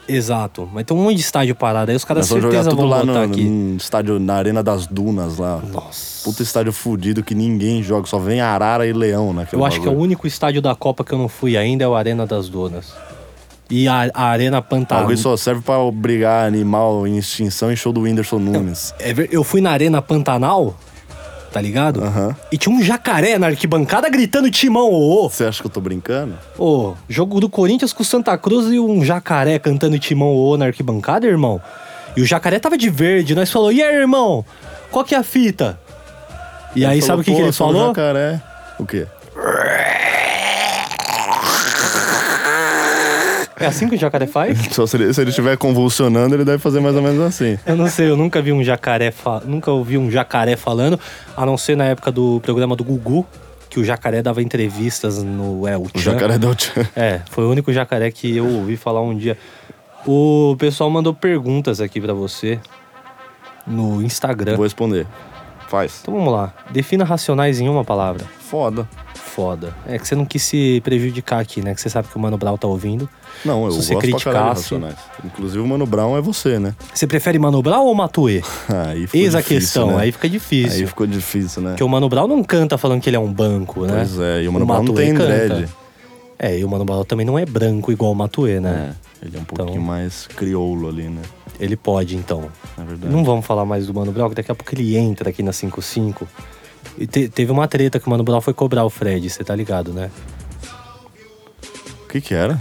Speaker 1: Exato. Mas tem um monte de estádio parado. Aí os caras
Speaker 3: Nós vamos jogar
Speaker 1: certeza
Speaker 3: tudo
Speaker 1: vão
Speaker 3: lá
Speaker 1: botar
Speaker 3: no,
Speaker 1: aqui.
Speaker 3: num estádio, na Arena das Dunas lá.
Speaker 1: Nossa.
Speaker 3: Puta estádio fudido que ninguém joga, só vem Arara e Leão né, naquele
Speaker 1: Eu acho que é o
Speaker 3: um bagulho.
Speaker 1: único estádio da Copa que eu não fui ainda é o Arena das Donas. E a, a Arena
Speaker 3: Bagulho
Speaker 1: Pantanal.
Speaker 3: só serve pra obrigar animal em extinção em show do Whindersson Nunes.
Speaker 1: É ver- eu fui na Arena Pantanal, tá ligado?
Speaker 3: Aham.
Speaker 1: E tinha um jacaré na arquibancada gritando timão, ô, ô.
Speaker 3: Você acha que eu tô brincando?
Speaker 1: Ô, jogo do Corinthians com o Santa Cruz e um jacaré cantando timão ô na arquibancada, irmão. E o jacaré tava de verde, nós falou, e aí, irmão, qual que é a fita? E aí, sabe o que,
Speaker 3: Pô,
Speaker 1: que ele
Speaker 3: eu sou um
Speaker 1: falou?
Speaker 3: Jacaré. O quê?
Speaker 1: É assim que o jacaré faz?
Speaker 3: (laughs) Só se ele, se ele estiver convulsionando, ele deve fazer mais ou menos assim.
Speaker 1: Eu não sei, eu nunca vi um jacaré fa... nunca ouvi um jacaré falando, a não ser na época do programa do Gugu, que o jacaré dava entrevistas no é, o
Speaker 3: O
Speaker 1: Tchan.
Speaker 3: jacaré deu
Speaker 1: (laughs)
Speaker 3: tchan.
Speaker 1: É, foi o único jacaré que eu ouvi falar um dia. O pessoal mandou perguntas aqui pra você no Instagram.
Speaker 3: Vou responder. Faz.
Speaker 1: Então vamos lá. Defina racionais em uma palavra.
Speaker 3: Foda.
Speaker 1: Foda. É que você não quis se prejudicar aqui, né? Que você sabe que o Mano Brown tá ouvindo.
Speaker 3: Não, eu
Speaker 1: Se você
Speaker 3: gosto pra caralho de
Speaker 1: criticasse-
Speaker 3: Racionais. Inclusive o Mano Brown é você, né?
Speaker 1: Você prefere Mano Brown ou Matue?
Speaker 3: (laughs) Aí ficou
Speaker 1: Eis a
Speaker 3: difícil,
Speaker 1: questão,
Speaker 3: né?
Speaker 1: aí fica difícil.
Speaker 3: Aí ficou difícil, né?
Speaker 1: Porque o Mano Brown não canta falando que ele é um banco, né?
Speaker 3: Pois é, e o Mano Brown não
Speaker 1: Matuê
Speaker 3: tem
Speaker 1: canta.
Speaker 3: dread.
Speaker 1: É, e o Mano Brown também não é branco igual o Matuê, né?
Speaker 3: É, ele é um
Speaker 1: Então-
Speaker 3: pouquinho mais crioulo ali, né?
Speaker 1: Ele pode, então.
Speaker 3: Na É verdade.
Speaker 1: Não vamos falar mais do Mano Brown, que daqui a pouco ele entra aqui na 55. E te- teve uma treta que o Mano Brown foi cobrar o Fred, você tá ligado, né?
Speaker 3: O que que era?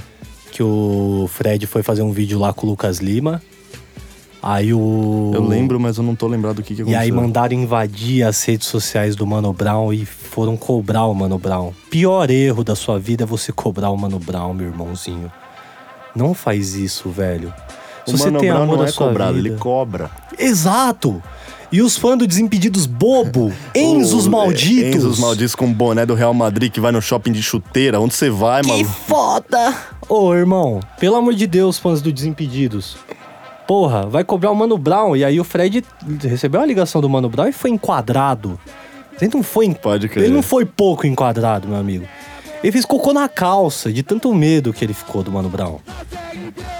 Speaker 1: Que o Fred foi fazer um vídeo lá com o Lucas Lima. Aí o.
Speaker 3: Eu lembro, mas eu não tô lembrado do que que
Speaker 1: E
Speaker 3: aconteceu.
Speaker 1: aí mandaram invadir as redes sociais do Mano Brown e foram cobrar o Mano Brown. Pior erro da sua vida é você cobrar o Mano Brown, meu irmãozinho. Não faz isso, velho.
Speaker 3: O Mano Brown não é cobrado, ele cobra.
Speaker 1: Exato! E os fãs do Desimpedidos bobo, Enzos
Speaker 3: (laughs) O-
Speaker 1: malditos.
Speaker 3: Enzos malditos com boné do Real Madrid que vai no shopping de chuteira. Onde você vai,
Speaker 1: Que
Speaker 3: maluco?
Speaker 1: foda! Ô, irmão, pelo amor de Deus, fãs do Desimpedidos. Porra, vai cobrar o Mano Brown. E aí o Fred recebeu uma ligação do Mano Brown e foi enquadrado. Ele não foi en-
Speaker 3: Pode crer.
Speaker 1: Ele não foi pouco enquadrado, meu amigo. Ele fez cocô na calça, de tanto medo que ele ficou do Mano Brown.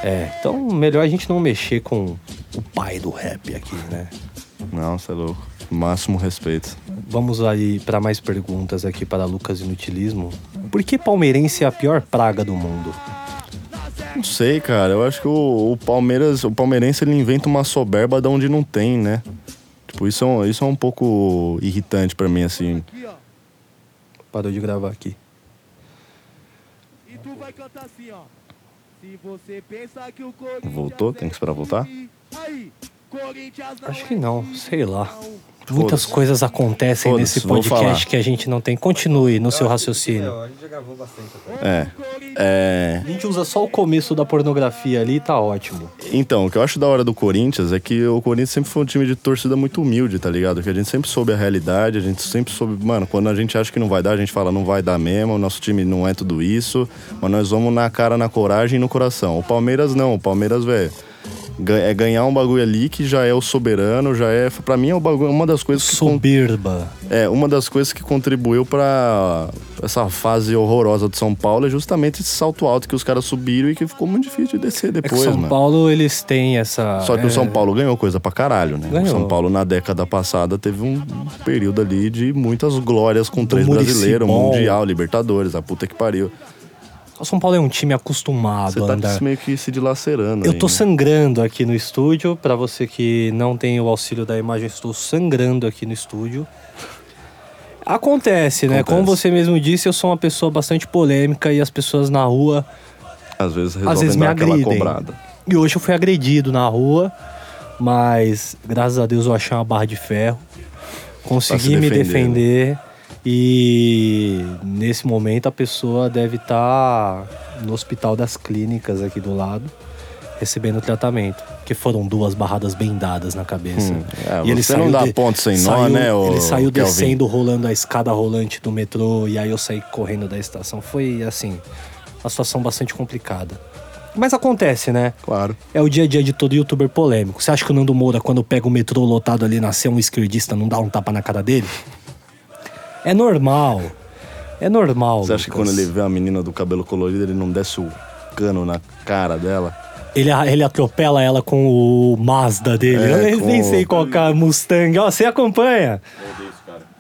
Speaker 1: É, então melhor a gente não mexer com o pai do rap aqui, né?
Speaker 3: Não, você é louco. Máximo respeito.
Speaker 1: Vamos aí para mais perguntas aqui para Lucas Inutilismo. Por que palmeirense é a pior praga do mundo?
Speaker 3: Não sei, cara. Eu acho que o, o Palmeiras, o palmeirense, ele inventa uma soberba de onde não tem, né? Tipo, isso é um, isso é um pouco irritante pra mim, assim.
Speaker 1: Parou de gravar aqui.
Speaker 6: E tu vai cantar assim, ó. Se você pensa que o Corinthians.
Speaker 3: Voltou? Tem que esperar voltar?
Speaker 6: Aí, Corinthians não
Speaker 1: Acho
Speaker 6: é
Speaker 1: que não, sei lá. Muitas
Speaker 3: Foda-se.
Speaker 1: coisas acontecem
Speaker 3: Foda-se,
Speaker 1: nesse
Speaker 3: vou
Speaker 1: podcast
Speaker 3: falar.
Speaker 1: que a gente não tem. Continue no seu raciocínio.
Speaker 7: a gente já gravou bastante até.
Speaker 3: É. É.
Speaker 1: é, A gente usa só o começo da pornografia ali e tá ótimo.
Speaker 3: Então, o que eu acho da hora do Corinthians é que o Corinthians sempre foi um time de torcida muito humilde, tá ligado? Que a gente sempre soube a realidade, a gente sempre soube. Mano, quando a gente acha que não vai dar, a gente fala, não vai dar mesmo, o nosso time não é tudo isso, mas nós vamos na cara, na coragem e no coração. O Palmeiras não, o Palmeiras, velho. ga- É ganhar um bagulho ali que já é o soberano, já é. Pra mim é o bagulho- uma das coisas que con-
Speaker 1: Soberba.
Speaker 3: é, uma das coisas que contribuiu pra essa fase horrorosa do São Paulo é justamente esse salto alto que os caras subiram e que ficou muito difícil de descer
Speaker 1: É que
Speaker 3: depois,
Speaker 1: São
Speaker 3: mano.
Speaker 1: Paulo eles têm essa.
Speaker 3: Só que
Speaker 1: é,
Speaker 3: o São Paulo ganhou coisa pra caralho, né?
Speaker 1: Ganhou.
Speaker 3: O São Paulo, na década passada, teve um período ali de muitas glórias com três
Speaker 1: Muricy
Speaker 3: brasileiros,
Speaker 1: Ball.
Speaker 3: Mundial, Libertadores, a puta que pariu.
Speaker 1: O São Paulo é um time acostumado
Speaker 3: Você
Speaker 1: a
Speaker 3: tá
Speaker 1: andar.
Speaker 3: meio que se dilacerando.
Speaker 1: Eu
Speaker 3: aí,
Speaker 1: tô
Speaker 3: né?
Speaker 1: sangrando aqui no estúdio. Pra você que não tem o auxílio da imagem, estou sangrando aqui no estúdio. Acontece, né?
Speaker 3: Acontece.
Speaker 1: Como você mesmo disse, eu sou uma pessoa bastante polêmica e as pessoas na rua
Speaker 3: Às
Speaker 1: às
Speaker 3: vezes resolvem
Speaker 1: vezes me
Speaker 3: dar aquela
Speaker 1: agridem.
Speaker 3: cobrada.
Speaker 1: E hoje eu fui agredido na rua, mas graças a Deus eu achei uma barra de ferro. Consegui
Speaker 3: Pra se
Speaker 1: me
Speaker 3: defender, né?
Speaker 1: defender. E nesse momento a pessoa deve estar no hospital das clínicas aqui do lado, recebendo tratamento. Porque foram duas barradas bem dadas na cabeça.
Speaker 3: é, você não dá ponto sem nó,
Speaker 1: saiu-
Speaker 3: né, ô
Speaker 1: Ele saiu
Speaker 3: Kelvin?
Speaker 1: descendo, rolando a escada rolante do metrô, e aí eu saí correndo da estação. Foi assim, uma situação bastante complicada. Mas acontece, né?
Speaker 3: Claro.
Speaker 1: É o dia a dia de todo youtuber polêmico. Você acha que o Nando Moura, quando pega o metrô lotado ali, nascer um esquerdista, não dá um tapa na cara dele? É normal. É normal.
Speaker 3: Você acha que
Speaker 1: Lucas.
Speaker 3: quando ele vê a menina do cabelo colorido, ele não desce o cano na cara dela?
Speaker 1: Ele, ele atropela ela com o Mazda dele.
Speaker 3: É,
Speaker 1: eu
Speaker 3: com
Speaker 1: nem
Speaker 3: o-
Speaker 1: sei qual que é a Mustang. Ó, você acompanha?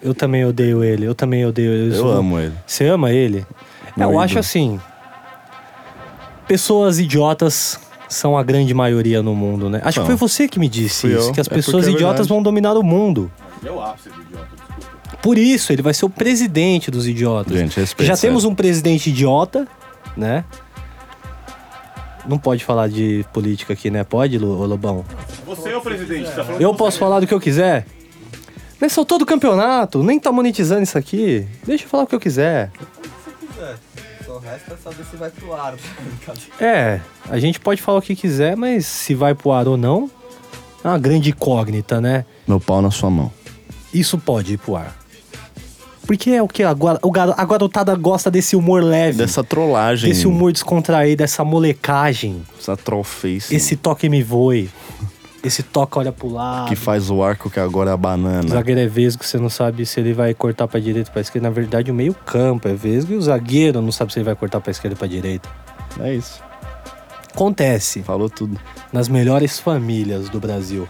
Speaker 1: Eu também odeio ele. Eu também odeio ele.
Speaker 3: Eu
Speaker 1: sou-
Speaker 3: amo ele.
Speaker 1: Você ama ele? É, eu
Speaker 3: Meu
Speaker 1: acho
Speaker 3: ídolo.
Speaker 1: assim. Pessoas idiotas são a grande maioria no mundo, né? Acho que foi
Speaker 3: Não.
Speaker 1: você que me disse
Speaker 3: Fui
Speaker 1: isso,
Speaker 3: eu.
Speaker 1: que as
Speaker 3: É porque
Speaker 1: pessoas
Speaker 3: é
Speaker 1: idiotas
Speaker 3: verdade.
Speaker 1: vão dominar o mundo. Por isso, ele vai ser o presidente dos idiotas.
Speaker 3: Gente, respeito,
Speaker 1: Já temos
Speaker 3: sério.
Speaker 1: um presidente idiota, né? Não pode falar de política aqui, né? Pode, Lu- ô Lobão?
Speaker 8: Você é o presidente, tá falando?
Speaker 1: Eu posso falar do que eu quiser? Nem sou todo campeonato, nem tá monetizando isso aqui. Deixa eu falar o que eu quiser.
Speaker 7: Só resta saber se vai pro ar. tá
Speaker 1: É, a gente pode falar o que quiser, mas se vai pro ar ou não, é uma grande incógnita, né?
Speaker 3: Meu pau na sua mão.
Speaker 1: Isso pode ir pro ar. Porque é o que agora, o garo- a garotada gosta desse humor leve,
Speaker 3: Dessa trollagem.
Speaker 1: desse humor descontraído, dessa molecagem,
Speaker 3: Essa trollface.
Speaker 1: esse toque me voe, esse toca olha pro lado.
Speaker 3: Que faz o arco que agora é a
Speaker 1: O
Speaker 3: banana.
Speaker 1: zagueiro é vesgo, você não sabe se ele vai cortar pra direita ou pra esquerda. Na verdade, o meio campo é vesgo e o zagueiro não sabe se ele vai cortar pra esquerda ou pra direita.
Speaker 3: É isso.
Speaker 1: Acontece.
Speaker 3: Falou tudo.
Speaker 1: nas melhores famílias do Brasil.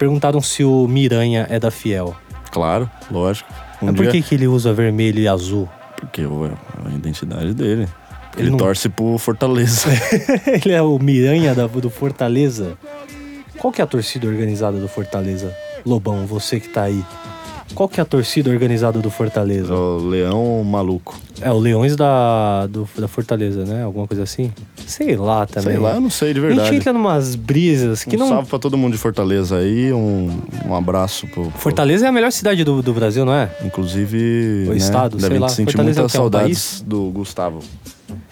Speaker 1: Perguntaram se o Miranha é da Fiel.
Speaker 3: Claro, lógico. Um
Speaker 1: Mas por
Speaker 3: dia-
Speaker 1: que, que ele usa vermelho e azul?
Speaker 3: Porque ué, é a identidade dele. Ele,
Speaker 1: não-
Speaker 3: torce pro Fortaleza.
Speaker 1: (laughs) ele é o Miranha da- do Fortaleza? Qual que é a torcida organizada do Fortaleza? Lobão, você que tá aí. Qual que é a torcida organizada do
Speaker 3: É
Speaker 1: Fortaleza?
Speaker 3: (laughs) o leão maluco.
Speaker 1: É, o Leões da, do- da Fortaleza, né? Alguma coisa assim? Sei lá também.
Speaker 3: Sei lá, eu não sei de
Speaker 1: A
Speaker 3: verdade.
Speaker 1: gente entra numas brisas que
Speaker 3: um
Speaker 1: não...
Speaker 3: salve pra todo mundo de Fortaleza aí, um, um abraço pro. pro-
Speaker 1: Fortaleza é a melhor cidade do, do Brasil, não é?
Speaker 3: Inclusive,
Speaker 1: O
Speaker 3: né,
Speaker 1: estado, sei
Speaker 3: devem
Speaker 1: lá.
Speaker 3: sentir
Speaker 1: Fortaleza é o
Speaker 3: muitas
Speaker 1: quê? É um
Speaker 3: saudades do Gustavo.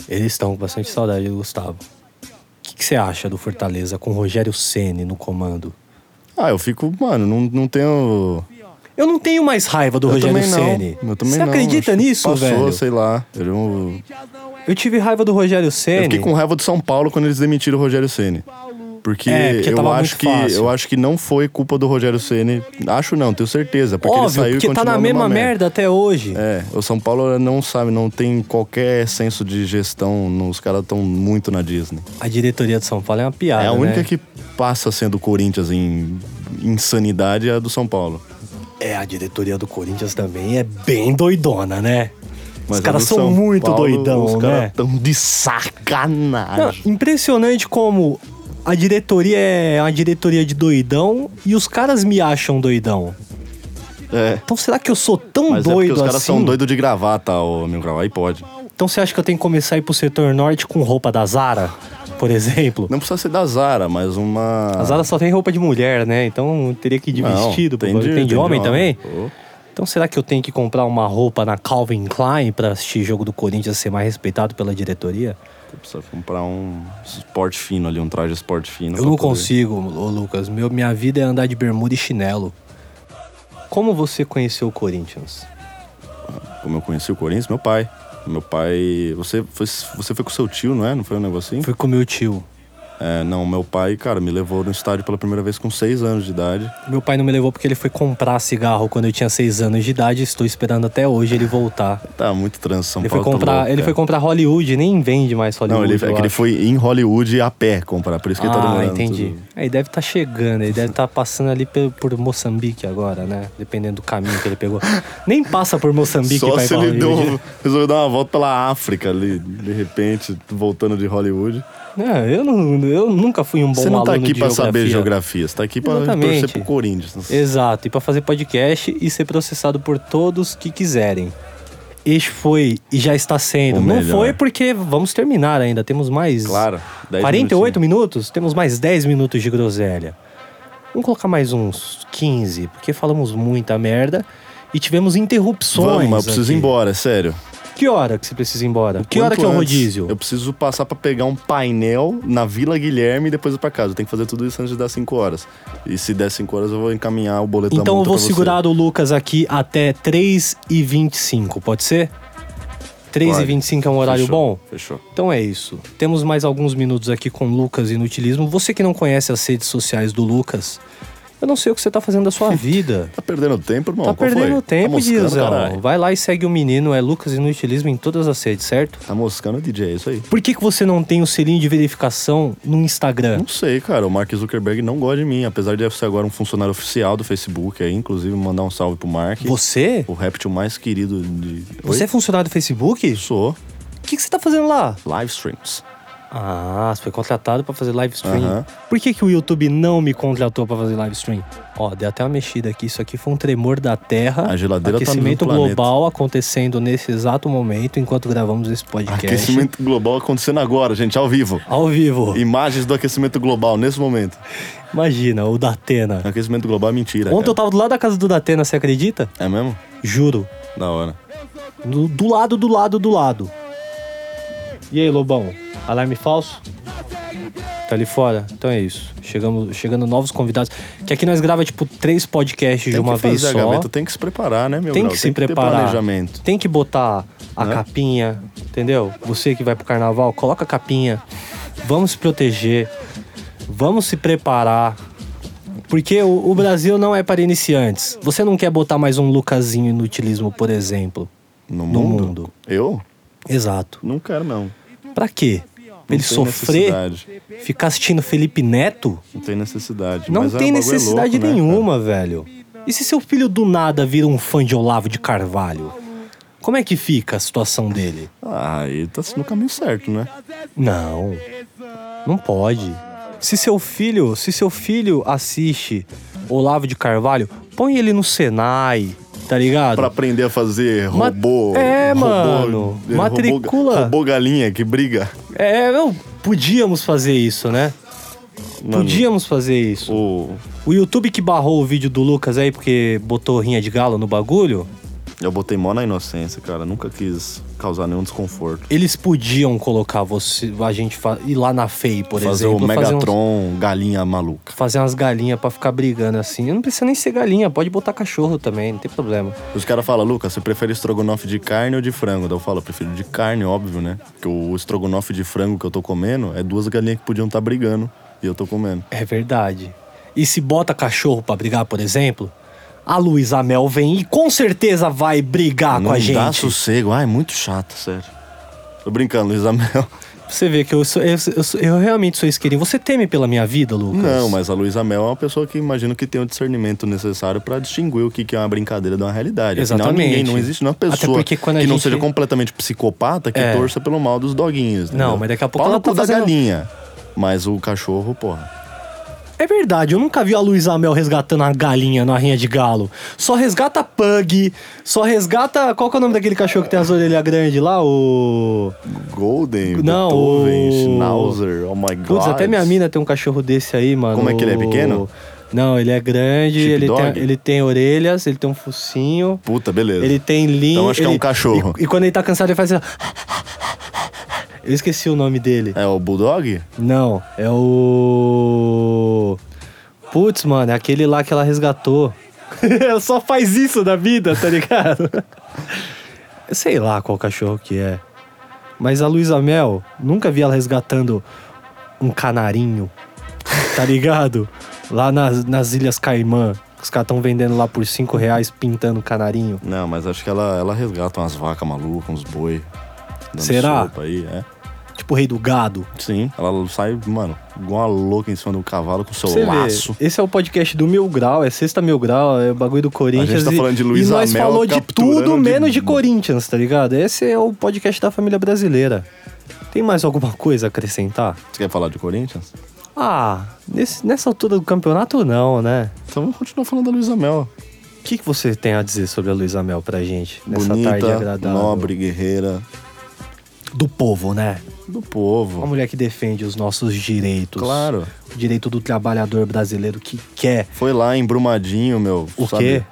Speaker 1: Eles estão com bastante saudade do Gustavo. O que que você acha do Fortaleza com o Rogério Ceni no comando?
Speaker 3: Ah, eu fico, mano, não, não tenho.
Speaker 1: Eu não tenho mais raiva do
Speaker 3: eu
Speaker 1: Rogério
Speaker 3: também não.
Speaker 1: Ceni.
Speaker 3: Eu também
Speaker 1: Você
Speaker 3: não.
Speaker 1: acredita
Speaker 3: acho que
Speaker 1: nisso,
Speaker 3: passou,
Speaker 1: velho?
Speaker 3: sei lá. Ele é um-
Speaker 1: Eu tive raiva do Rogério Ceni.
Speaker 3: Eu fiquei com raiva do São Paulo quando eles demitiram o Rogério Ceni. Porque,
Speaker 1: É, porque
Speaker 3: eu
Speaker 1: tava muito
Speaker 3: acho que
Speaker 1: fácil.
Speaker 3: eu acho que não foi culpa do Rogério Ceni. Acho não, tenho certeza, porque
Speaker 1: Óbvio,
Speaker 3: ele saiu
Speaker 1: porque
Speaker 3: e
Speaker 1: tá
Speaker 3: continuou
Speaker 1: na
Speaker 3: a
Speaker 1: mesma merda. até hoje.
Speaker 3: É, o São Paulo não sabe, não tem qualquer senso de gestão, no- os caras estão muito na Disney.
Speaker 1: A diretoria de São Paulo é uma piada,
Speaker 3: é a única
Speaker 1: né?
Speaker 3: que passa sendo Corinthians em insanidade é a do São Paulo.
Speaker 1: É, a diretoria do Corinthians também é bem doidona, né?
Speaker 3: Mas
Speaker 1: Os caras
Speaker 3: no
Speaker 1: são
Speaker 3: São
Speaker 1: muito
Speaker 3: Paulo,
Speaker 1: doidão,
Speaker 3: Os
Speaker 1: né?
Speaker 3: caras tão de
Speaker 1: Não,
Speaker 3: sacanagem.
Speaker 1: impressionante como a diretoria é uma diretoria de doidão e os caras me acham doidão.
Speaker 3: É.
Speaker 1: Então será que eu sou tão
Speaker 3: Mas é porque
Speaker 1: doido
Speaker 3: os caras
Speaker 1: assim?
Speaker 3: são doidos de gravata, ô meu grau. Aí pode.
Speaker 1: Então você acha que eu tenho que começar a ir pro setor norte com roupa da Zara, por exemplo?
Speaker 3: Não precisa ser da Zara, mas uma.
Speaker 1: A Zara Ah. só tem roupa de mulher, né? Então eu teria que ir de
Speaker 3: Não,
Speaker 1: vestido.
Speaker 3: tem
Speaker 1: Tem de,
Speaker 3: de-
Speaker 1: tem de
Speaker 3: tem de
Speaker 1: homem
Speaker 3: homem.
Speaker 1: também?
Speaker 3: Pô.
Speaker 1: Então será que eu tenho que comprar uma roupa na Calvin Klein pra assistir jogo do Corinthians ser mais respeitado pela diretoria?
Speaker 3: Precisa comprar um esporte fino ali, um traje esporte fino.
Speaker 1: Eu
Speaker 3: pra
Speaker 1: não
Speaker 3: poder-
Speaker 1: consigo, ô Lucas. Meu, minha vida é andar de bermuda e chinelo. Como você conheceu o Corinthians?
Speaker 3: Como eu conheci o Corinthians, meu pai. Meu pai. Você foi, você foi com seu tio, não é? Não foi um negocinho?
Speaker 1: Fui com meu tio.
Speaker 3: É, não, meu pai, cara, me levou no estádio pela primeira vez com seis anos de idade.
Speaker 1: Meu pai não me levou porque ele foi comprar cigarro quando eu tinha seis anos de idade. Estou esperando até hoje ele voltar.
Speaker 3: Tá muito trans, São
Speaker 1: Ele foi
Speaker 3: Paulo. tá
Speaker 1: comprar,
Speaker 3: louco,
Speaker 1: ele foi
Speaker 3: cara.
Speaker 1: comprar Hollywood, nem vende mais Hollywood.
Speaker 3: Não, ele, é
Speaker 1: eu
Speaker 3: que ele
Speaker 1: acho.
Speaker 3: foi em Hollywood a pé comprar, por isso que ele tá
Speaker 1: ah,
Speaker 3: demorando.
Speaker 1: entendi.
Speaker 3: tudo.
Speaker 1: Aí deve estar chegando, ele deve estar passando ali pe- por, Moçambique agora, né? Dependendo do caminho que ele pegou. Nem passa por Moçambique
Speaker 3: Só
Speaker 1: pra ir
Speaker 3: se
Speaker 1: pra
Speaker 3: ele deu, um-
Speaker 1: Hollywood.
Speaker 3: resolveu dar uma volta pela África ali, de repente, voltando de Hollywood.
Speaker 1: É, eu, não, eu nunca fui um bom
Speaker 3: você não tá
Speaker 1: aluno
Speaker 3: aqui
Speaker 1: de
Speaker 3: pra saber
Speaker 1: geografia.
Speaker 3: geografia, você tá aqui pra
Speaker 1: Exatamente.
Speaker 3: torcer pro Corinthians.
Speaker 1: Exato, e para fazer podcast e ser processado por todos que quiserem. Este foi e já está sendo.
Speaker 3: O
Speaker 1: Não
Speaker 3: melhor.
Speaker 1: foi porque vamos terminar ainda, temos mais
Speaker 3: Claro, 10
Speaker 1: 48 minutos, temos mais 10 minutos de groselha. Vamos colocar mais uns 15, porque falamos muita merda e tivemos interrupções.
Speaker 3: Vamos, mas eu preciso ir
Speaker 1: aqui.
Speaker 3: embora, é sério.
Speaker 1: Que hora que você precisa ir embora? que
Speaker 3: Quanto
Speaker 1: hora que é o
Speaker 3: antes,
Speaker 1: rodízio?
Speaker 3: Eu preciso passar pra pegar um painel na Vila Guilherme e depois ir pra casa. Eu tenho que fazer tudo isso antes de dar 5 horas. E se der 5 horas, eu vou encaminhar o boleto da
Speaker 1: Então eu
Speaker 3: multa
Speaker 1: vou
Speaker 3: pra você.
Speaker 1: segurar o Lucas aqui até 3h25, pode ser? 3h25 é um horário
Speaker 3: Fechou,
Speaker 1: bom?
Speaker 3: Fechou.
Speaker 1: Então é isso. Temos mais alguns minutos aqui com Lucas Inutilismo. Você que não conhece as redes sociais do Lucas, eu não sei o que você tá fazendo da sua
Speaker 3: (laughs)
Speaker 1: vida.
Speaker 3: Tá perdendo tempo, irmão?
Speaker 1: tá
Speaker 3: Qual
Speaker 1: perdendo
Speaker 3: foi? tá
Speaker 1: tempo,
Speaker 3: moscando,
Speaker 1: Dizão.
Speaker 3: caralho.
Speaker 1: Vai lá e segue o menino, é Lucas Inutilismo em todas as redes, certo?
Speaker 3: Tá moscando, DJ, é isso aí.
Speaker 1: Por que, que você não tem o selinho de verificação no Instagram?
Speaker 3: Não sei, cara. O Mark Zuckerberg não gosta de mim, apesar de eu ser agora um funcionário oficial do Facebook aí, inclusive mandar um salve pro Mark.
Speaker 1: Você?
Speaker 3: O réptil mais querido de.
Speaker 1: Você é
Speaker 3: Oi?
Speaker 1: funcionário do Facebook?
Speaker 3: Sou.
Speaker 1: O que, que você tá fazendo lá?
Speaker 3: Live streams.
Speaker 1: Ah, você foi contratado pra fazer live stream.
Speaker 3: Aham.
Speaker 1: Por que, que o YouTube não me contratou pra fazer live stream? Ó, deu até uma mexida aqui. Isso aqui foi um tremor da Terra.
Speaker 3: A geladeira tá no
Speaker 1: Aquecimento
Speaker 3: planeta.
Speaker 1: global acontecendo nesse exato momento enquanto gravamos esse podcast.
Speaker 3: Aquecimento global acontecendo agora, gente, ao vivo.
Speaker 1: Ao vivo.
Speaker 3: Imagens do aquecimento global nesse momento.
Speaker 1: Imagina, o
Speaker 3: (laughs)
Speaker 1: Datena.
Speaker 3: Aquecimento global é mentira.
Speaker 1: Ontem eu
Speaker 3: cara.
Speaker 1: tava do lado da casa do Datena, você acredita?
Speaker 3: É mesmo?
Speaker 1: Juro.
Speaker 3: Da hora.
Speaker 1: Do, do lado, do lado, do lado. E aí, Lobão? Alarme falso? Tá ali fora? Então é isso. Chegamos, chegando novos convidados. Que aqui nós grava, tipo, três podcasts de
Speaker 3: Tem
Speaker 1: uma
Speaker 3: que fazer
Speaker 1: vez
Speaker 3: a
Speaker 1: só.
Speaker 3: gaveta, tem que se preparar, né, meu
Speaker 1: tem
Speaker 3: grau?
Speaker 1: que se
Speaker 3: ter
Speaker 1: preparar.
Speaker 3: planejamento. Né?
Speaker 1: Tem que botar a capinha, entendeu? Você que vai pro carnaval, coloca a capinha. Vamos se proteger. Vamos se preparar. Porque o, o Brasil não é para iniciantes. Você não quer botar mais um Lucasinho inutilismo, por exemplo.
Speaker 3: No
Speaker 1: No
Speaker 3: mundo?
Speaker 1: mundo.
Speaker 3: Eu?
Speaker 1: Exato.
Speaker 3: Não quero, não.
Speaker 1: Pra quê? Pra
Speaker 3: Não
Speaker 1: ele
Speaker 3: tem
Speaker 1: sofrer,
Speaker 3: necessidade.
Speaker 1: ficar assistindo Felipe Neto?
Speaker 3: Não tem necessidade.
Speaker 1: Não
Speaker 3: Mas é, o
Speaker 1: tem
Speaker 3: bagulho é
Speaker 1: necessidade
Speaker 3: louco, né, cara?
Speaker 1: nenhuma, velho. E se seu filho do nada vira um fã de Olavo de Carvalho? Como é que fica a situação dele?
Speaker 3: Ah, aí tá no caminho certo, né?
Speaker 1: Não. Não pode. Se seu filho, se seu filho assiste Olavo de Carvalho, põe ele no Senai, tá ligado?
Speaker 3: Pra aprender a fazer
Speaker 1: Ma-
Speaker 3: robô.
Speaker 1: É,
Speaker 3: robô-
Speaker 1: mano.
Speaker 3: robô-
Speaker 1: Matricula.
Speaker 3: Robô galinha que briga.
Speaker 1: É, não, podíamos fazer isso, né?
Speaker 3: Mano,
Speaker 1: Podíamos fazer isso.
Speaker 3: O...
Speaker 1: O YouTube que barrou o vídeo do Lucas aí porque botou rinha de galo no bagulho,
Speaker 3: Eu botei mó na inocência, cara. Nunca quis causar nenhum desconforto.
Speaker 1: eles podiam colocar você, a gente fa- ir lá na FEI, por
Speaker 3: fazer
Speaker 1: exemplo,
Speaker 3: o
Speaker 1: fazer, uns-
Speaker 3: Megatron galinha maluca.
Speaker 1: fazer umas galinhas pra ficar brigando assim. Não precisa nem ser galinha, pode botar cachorro também, não tem problema.
Speaker 3: Os caras falam, Lucas, você prefere estrogonofe de carne ou de frango? Daí eu falo, eu prefiro de carne, óbvio, né? Porque o estrogonofe de frango que eu tô comendo é duas galinhas que podiam estar brigando e eu tô comendo.
Speaker 1: É verdade. E se bota cachorro pra brigar, por exemplo, a Luísa Mel vem e Tá com certeza vai brigar
Speaker 3: Não
Speaker 1: com a gente.
Speaker 3: dá sossego. Ah, é muito chato, sério. Tô brincando, Luiz Amel.
Speaker 1: Você vê que eu, sou- eu, eu- eu realmente sou isqueirinho. Você teme pela minha vida, Lucas?
Speaker 3: Não, mas a Luísa Mel é uma pessoa que imagino que tem o discernimento necessário pra distinguir o que que é uma brincadeira de uma realidade.
Speaker 1: Exatamente.
Speaker 3: Afinal, ninguém, não existe uma
Speaker 1: Até
Speaker 3: pessoa
Speaker 1: porque
Speaker 3: que
Speaker 1: quando a
Speaker 3: não
Speaker 1: gente-
Speaker 3: seja completamente psicopata que
Speaker 1: É.
Speaker 3: torça pelo mal dos doguinhos.
Speaker 1: Não,
Speaker 3: entendeu?
Speaker 1: mas daqui a pouco
Speaker 3: Pau
Speaker 1: ela
Speaker 3: no
Speaker 1: tá
Speaker 3: cu da
Speaker 1: fazendo-
Speaker 3: galinha. Mas o cachorro, porra.
Speaker 1: É verdade, eu nunca vi a Luísa Mel resgatando a galinha na rinha de galo. Só resgata pug, só resgata. Qual que é o nome daquele cachorro que tem as orelhas grandes lá? O.
Speaker 3: Golden,
Speaker 1: Não,
Speaker 3: Beethoven,
Speaker 1: o-
Speaker 3: Schnauzer, oh my god.
Speaker 1: Putz, até minha mina tem um cachorro desse aí, mano.
Speaker 3: Como é que ele é, pequeno?
Speaker 1: Não, ele é grande,
Speaker 3: Chip
Speaker 1: ele tem,
Speaker 3: dog?
Speaker 1: ele tem orelhas, ele tem um focinho.
Speaker 3: Puta, beleza.
Speaker 1: Ele tem linha.
Speaker 3: Então acho que é um cachorro.
Speaker 1: E, e quando ele tá cansado, ele faz assim. ó. Eu esqueci o nome dele.
Speaker 3: É o Bulldog?
Speaker 1: Não, é o. Putz, mano, é aquele lá que ela resgatou. (laughs) ela só faz isso da vida, tá ligado? (laughs) Eu Sei lá qual cachorro que é. Mas a Luísa Mel, nunca vi ela resgatando um canarinho, tá ligado? Lá nas, nas Ilhas Caimã. Os caras estão vendendo lá por 5 reais pintando canarinho.
Speaker 3: Não, mas acho que ela, ela resgata umas vacas malucas, uns boi. dando
Speaker 1: Será?
Speaker 3: sopa aí, é.
Speaker 1: Tipo o rei do gado.
Speaker 3: Sim, ela sai, mano, igual uma louca em cima do cavalo com seu
Speaker 1: Você
Speaker 3: laço.
Speaker 1: vê, esse é o podcast do Mil Grau, é Sexta Mil Grau, é o bagulho do Corinthians.
Speaker 3: tá
Speaker 1: e-
Speaker 3: falando de
Speaker 1: E
Speaker 3: Luísa
Speaker 1: nós
Speaker 3: Mel
Speaker 1: falou de
Speaker 3: capturando
Speaker 1: tudo
Speaker 3: de-
Speaker 1: menos de Corinthians, tá ligado? Esse é o podcast da família brasileira. Tem mais alguma coisa a acrescentar?
Speaker 3: Você quer falar de Corinthians?
Speaker 1: Ah, nesse- nessa altura do campeonato não, né?
Speaker 3: Então vamos continuar falando da Luísa Mel.
Speaker 1: O que, que você tem a dizer sobre a Luísa Mel pra gente nessa tarde
Speaker 3: Bonita,
Speaker 1: agradável?
Speaker 3: nobre, guerreira,
Speaker 1: Do povo, né?
Speaker 3: do
Speaker 1: Uma
Speaker 3: povo.
Speaker 1: mulher que defende os nossos direitos.
Speaker 3: Claro.
Speaker 1: O direito do trabalhador brasileiro que quer.
Speaker 3: Foi lá em Brumadinho, meu.
Speaker 1: O
Speaker 3: sabe?
Speaker 1: quê?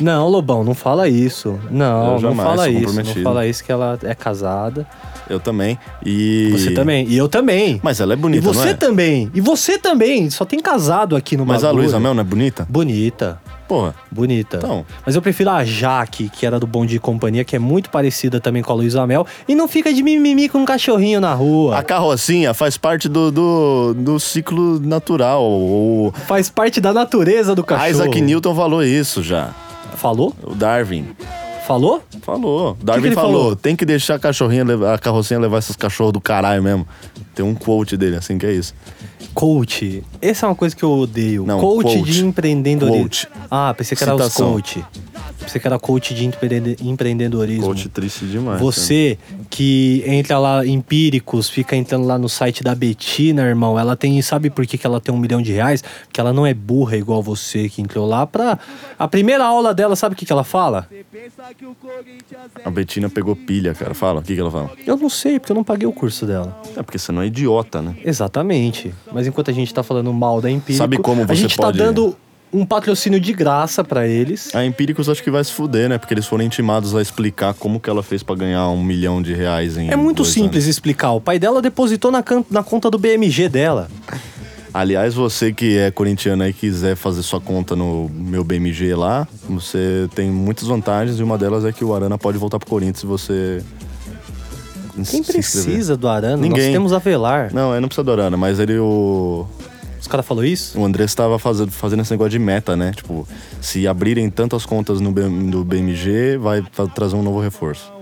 Speaker 1: Não, Lobão, não fala isso. Não,
Speaker 3: Eu
Speaker 1: não
Speaker 3: jamais
Speaker 1: fala
Speaker 3: sou
Speaker 1: isso. Não
Speaker 3: comprometido.
Speaker 1: fala isso que ela é casada.
Speaker 3: Eu também. E.
Speaker 1: Você também. E eu também.
Speaker 3: Mas ela é
Speaker 1: e
Speaker 3: bonita, não
Speaker 1: você
Speaker 3: é?
Speaker 1: também. E você também. Só tem casado aqui no
Speaker 3: Mas a
Speaker 1: bagulho.
Speaker 3: Luísa Mel não é bonita?
Speaker 1: Bonita.
Speaker 3: Porra.
Speaker 1: Bonita.
Speaker 3: Então.
Speaker 1: Mas eu prefiro a Jaque, que era do Bom Dia e Companhia, que é muito parecida também com a Luísa Mel. E não fica de mimimi com um cachorrinho na rua.
Speaker 3: A carrocinha faz parte do, do, do ciclo natural. O
Speaker 1: Faz parte da natureza do cachorro.
Speaker 3: Isaac Newton falou isso já.
Speaker 1: Falou?
Speaker 3: O Darwin.
Speaker 1: Falou?
Speaker 3: Falou. Darwin
Speaker 1: ele
Speaker 3: falou,
Speaker 1: falou?
Speaker 3: tem que deixar a cachorrinha, levar- a carrocinha levar esses cachorros do caralho mesmo. Tem um quote dele, assim, que é isso.
Speaker 1: Coach. Essa é uma coisa que eu odeio.
Speaker 3: Não,
Speaker 1: coach,
Speaker 3: coach.
Speaker 1: de empreendedorismo.
Speaker 3: Coach.
Speaker 1: Ah, pensei que era
Speaker 3: Citação.
Speaker 1: os coach. Pensei que era coach de empreende- empreendedorismo.
Speaker 3: Coach triste demais. né?
Speaker 1: Você que entra lá em Empíricos, fica entrando lá no site da Betina, irmão. Ela tem, sabe por que, que ela tem um milhão de reais? Porque ela não é burra igual você que entrou lá pra. A primeira aula dela, sabe o que, que ela fala?
Speaker 6: Pensa que o Corinthians é
Speaker 3: A Betina pegou pilha, cara. Fala, o que, que ela fala?
Speaker 1: Eu não sei, porque eu não paguei o curso dela.
Speaker 3: É porque você não é idiota, né?
Speaker 1: Exatamente. Mas enquanto a gente tá falando mal da Empírico,
Speaker 3: Sabe como
Speaker 1: a
Speaker 3: você
Speaker 1: gente
Speaker 3: pode- É
Speaker 1: tá dando um patrocínio de graça pra eles.
Speaker 3: A Empíricos acho que vai se fuder, né? Porque eles foram intimados a explicar como que ela fez pra ganhar um milhão de reais em.
Speaker 1: É muito
Speaker 3: dois
Speaker 1: simples explicar. O pai dela depositou na, can- na conta do BMG dela.
Speaker 3: anos. Aliás, você que é corintiano aí e quiser fazer sua conta no meu BMG lá, você tem muitas vantagens e uma delas é que o Arana pode voltar pro Corinthians se você. se
Speaker 1: Quem
Speaker 3: inscrever.
Speaker 1: precisa do Arana? Nós
Speaker 3: Ninguém.
Speaker 1: temos a Velar.
Speaker 3: Não, eu não precisa do Arana, mas ele, o.
Speaker 1: Os caras falaram isso?
Speaker 3: O Andrés estava fazendo, fazendo esse negócio de meta, né? Tipo, se abrirem tantas contas no, BM do BMG, vai fa- trazer um novo reforço.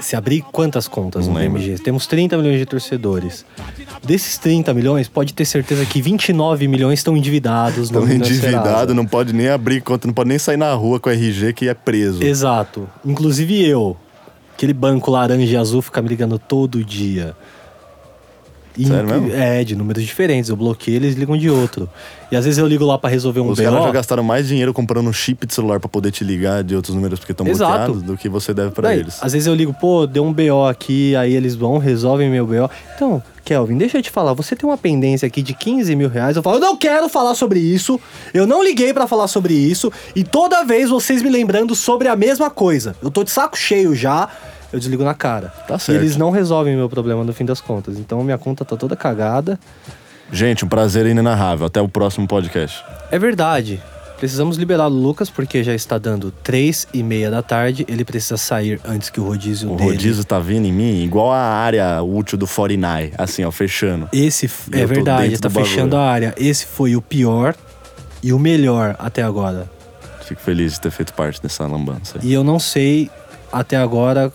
Speaker 1: Se abrir quantas contas
Speaker 3: Não
Speaker 1: no
Speaker 3: lembro.
Speaker 1: BMG? Temos 30 milhões de torcedores. Desses 30 milhões, pode ter certeza que 29 milhões estão endividados. no
Speaker 3: Então,
Speaker 1: Minas
Speaker 3: endividado,
Speaker 1: Serasa.
Speaker 3: não pode nem abrir conta, não pode nem sair na rua com RG que é preso.
Speaker 1: Exato. Inclusive eu. Aquele banco laranja e azul fica me ligando todo dia. E-
Speaker 3: Sério mesmo?
Speaker 1: É, de números diferentes. Eu bloqueio, eles ligam de outro. E às vezes eu ligo lá pra resolver um
Speaker 3: Os
Speaker 1: BO.
Speaker 3: caras já gastaram mais dinheiro comprando um chip de celular pra poder te ligar de outros números porque estão
Speaker 1: Exato.
Speaker 3: bloqueados do que você deve pra
Speaker 1: Daí,
Speaker 3: eles.
Speaker 1: Às vezes eu ligo, pô, deu um BO aqui, aí eles vão, resolvem meu BO. Então, Kelvin, deixa eu te falar, você tem uma pendência aqui de 15 mil reais. Eu falo, eu não quero falar sobre isso, eu não liguei pra falar sobre isso, e toda vez vocês me lembrando sobre a mesma coisa. Eu tô de saco cheio já, eu desligo na cara.
Speaker 3: Tá certo.
Speaker 1: E eles não resolvem meu problema no fim das contas. Então minha conta tá toda cagada.
Speaker 3: Gente, um prazer inenarrável. Até o próximo podcast.
Speaker 1: É verdade. Precisamos liberar o Lucas porque já está dando três e meia da tarde. Ele precisa sair antes que o rodízio
Speaker 3: O
Speaker 1: dele.
Speaker 3: rodízio tá vindo em mim igual a área útil do 49, assim, ó, fechando.
Speaker 1: Esse f-
Speaker 3: E
Speaker 1: é
Speaker 3: eu tô
Speaker 1: verdade,
Speaker 3: dentro
Speaker 1: tá
Speaker 3: do bagulho.
Speaker 1: fechando a área. Esse foi o pior e o melhor até agora.
Speaker 3: Fico feliz de ter feito parte dessa lambança. aí.
Speaker 1: E eu não sei até agora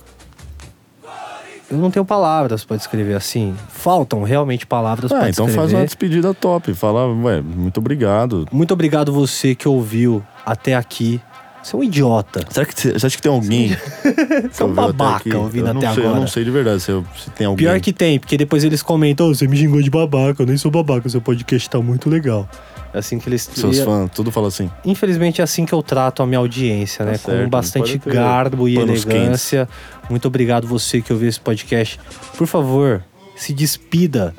Speaker 1: Eu não tenho palavras pra descrever assim. Faltam realmente palavras pra
Speaker 3: Ah, então
Speaker 1: descrever.
Speaker 3: faz uma despedida top. Fala, ué, muito obrigado.
Speaker 1: Muito obrigado você que ouviu até aqui. Você é um idiota.
Speaker 3: Será que, você acha que tem alguém?
Speaker 1: Você é um babaca ouvindo
Speaker 3: eu não
Speaker 1: até
Speaker 3: sei,
Speaker 1: agora.
Speaker 3: Eu não sei de verdade se, eu- se tem alguém.
Speaker 1: Pior que tem, porque depois eles comentam: "Oh, você me xingou de babaca, eu nem sou babaca, seu podcast tá muito legal. É assim que eles.
Speaker 3: Seus
Speaker 1: e-
Speaker 3: fãs, tudo fala assim.
Speaker 1: Infelizmente é assim que eu trato a minha audiência, né?
Speaker 3: Tá certo,
Speaker 1: Com
Speaker 3: não
Speaker 1: bastante
Speaker 3: pode ter
Speaker 1: garbo e
Speaker 3: panos
Speaker 1: elegância. Muito obrigado você que ouviu esse podcast. Por favor, se despida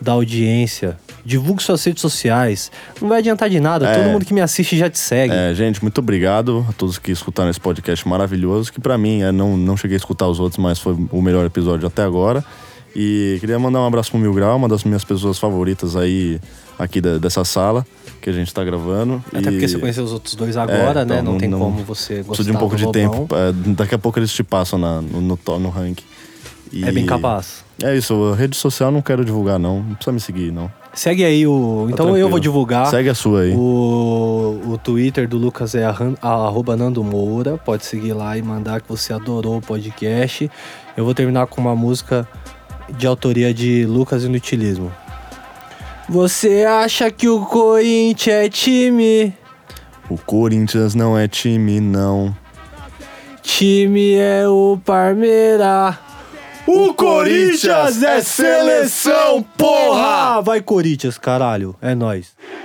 Speaker 1: da audiência. Divulgue suas redes sociais. Não vai adiantar de nada,
Speaker 3: É.
Speaker 1: todo mundo que me assiste já te segue.
Speaker 3: É, gente, muito obrigado a todos que escutaram esse podcast maravilhoso, que pra mim, é, não, não cheguei a escutar os outros, mas foi o melhor episódio até agora. E queria mandar um abraço pro Mil Grau, uma das minhas pessoas favoritas aí, aqui da- dessa sala, que a gente tá gravando.
Speaker 1: Até
Speaker 3: e...
Speaker 1: porque é você conheceu os outros dois agora,
Speaker 3: É,
Speaker 1: né?
Speaker 3: então,
Speaker 1: Não, tem
Speaker 3: não-
Speaker 1: como você gostar
Speaker 3: Preciso de um pouco
Speaker 1: do
Speaker 3: de
Speaker 1: Lobão.
Speaker 3: tempo. é, daqui a pouco eles te passam na- no, no, to- no ranking. E-
Speaker 1: É bem capaz.
Speaker 3: É isso, a rede social eu não quero divulgar, não. Não precisa me seguir, não. Tá
Speaker 1: Segue aí o. Então eu
Speaker 3: tranquilo.
Speaker 1: vou divulgar.
Speaker 3: Segue a sua aí.
Speaker 1: O, o Twitter do Lucas é arran- a- arroba Nando Moura. Pode seguir lá e mandar que você adorou o podcast. Eu vou terminar com uma música de autoria de Lucas Inutilismo. Você acha que o Corinthians é time?
Speaker 3: O Corinthians não é time, não.
Speaker 1: Time é o Parmeira. O
Speaker 3: Corinthians é seleção, porra!
Speaker 1: Vai Corinthians, caralho. É nóis.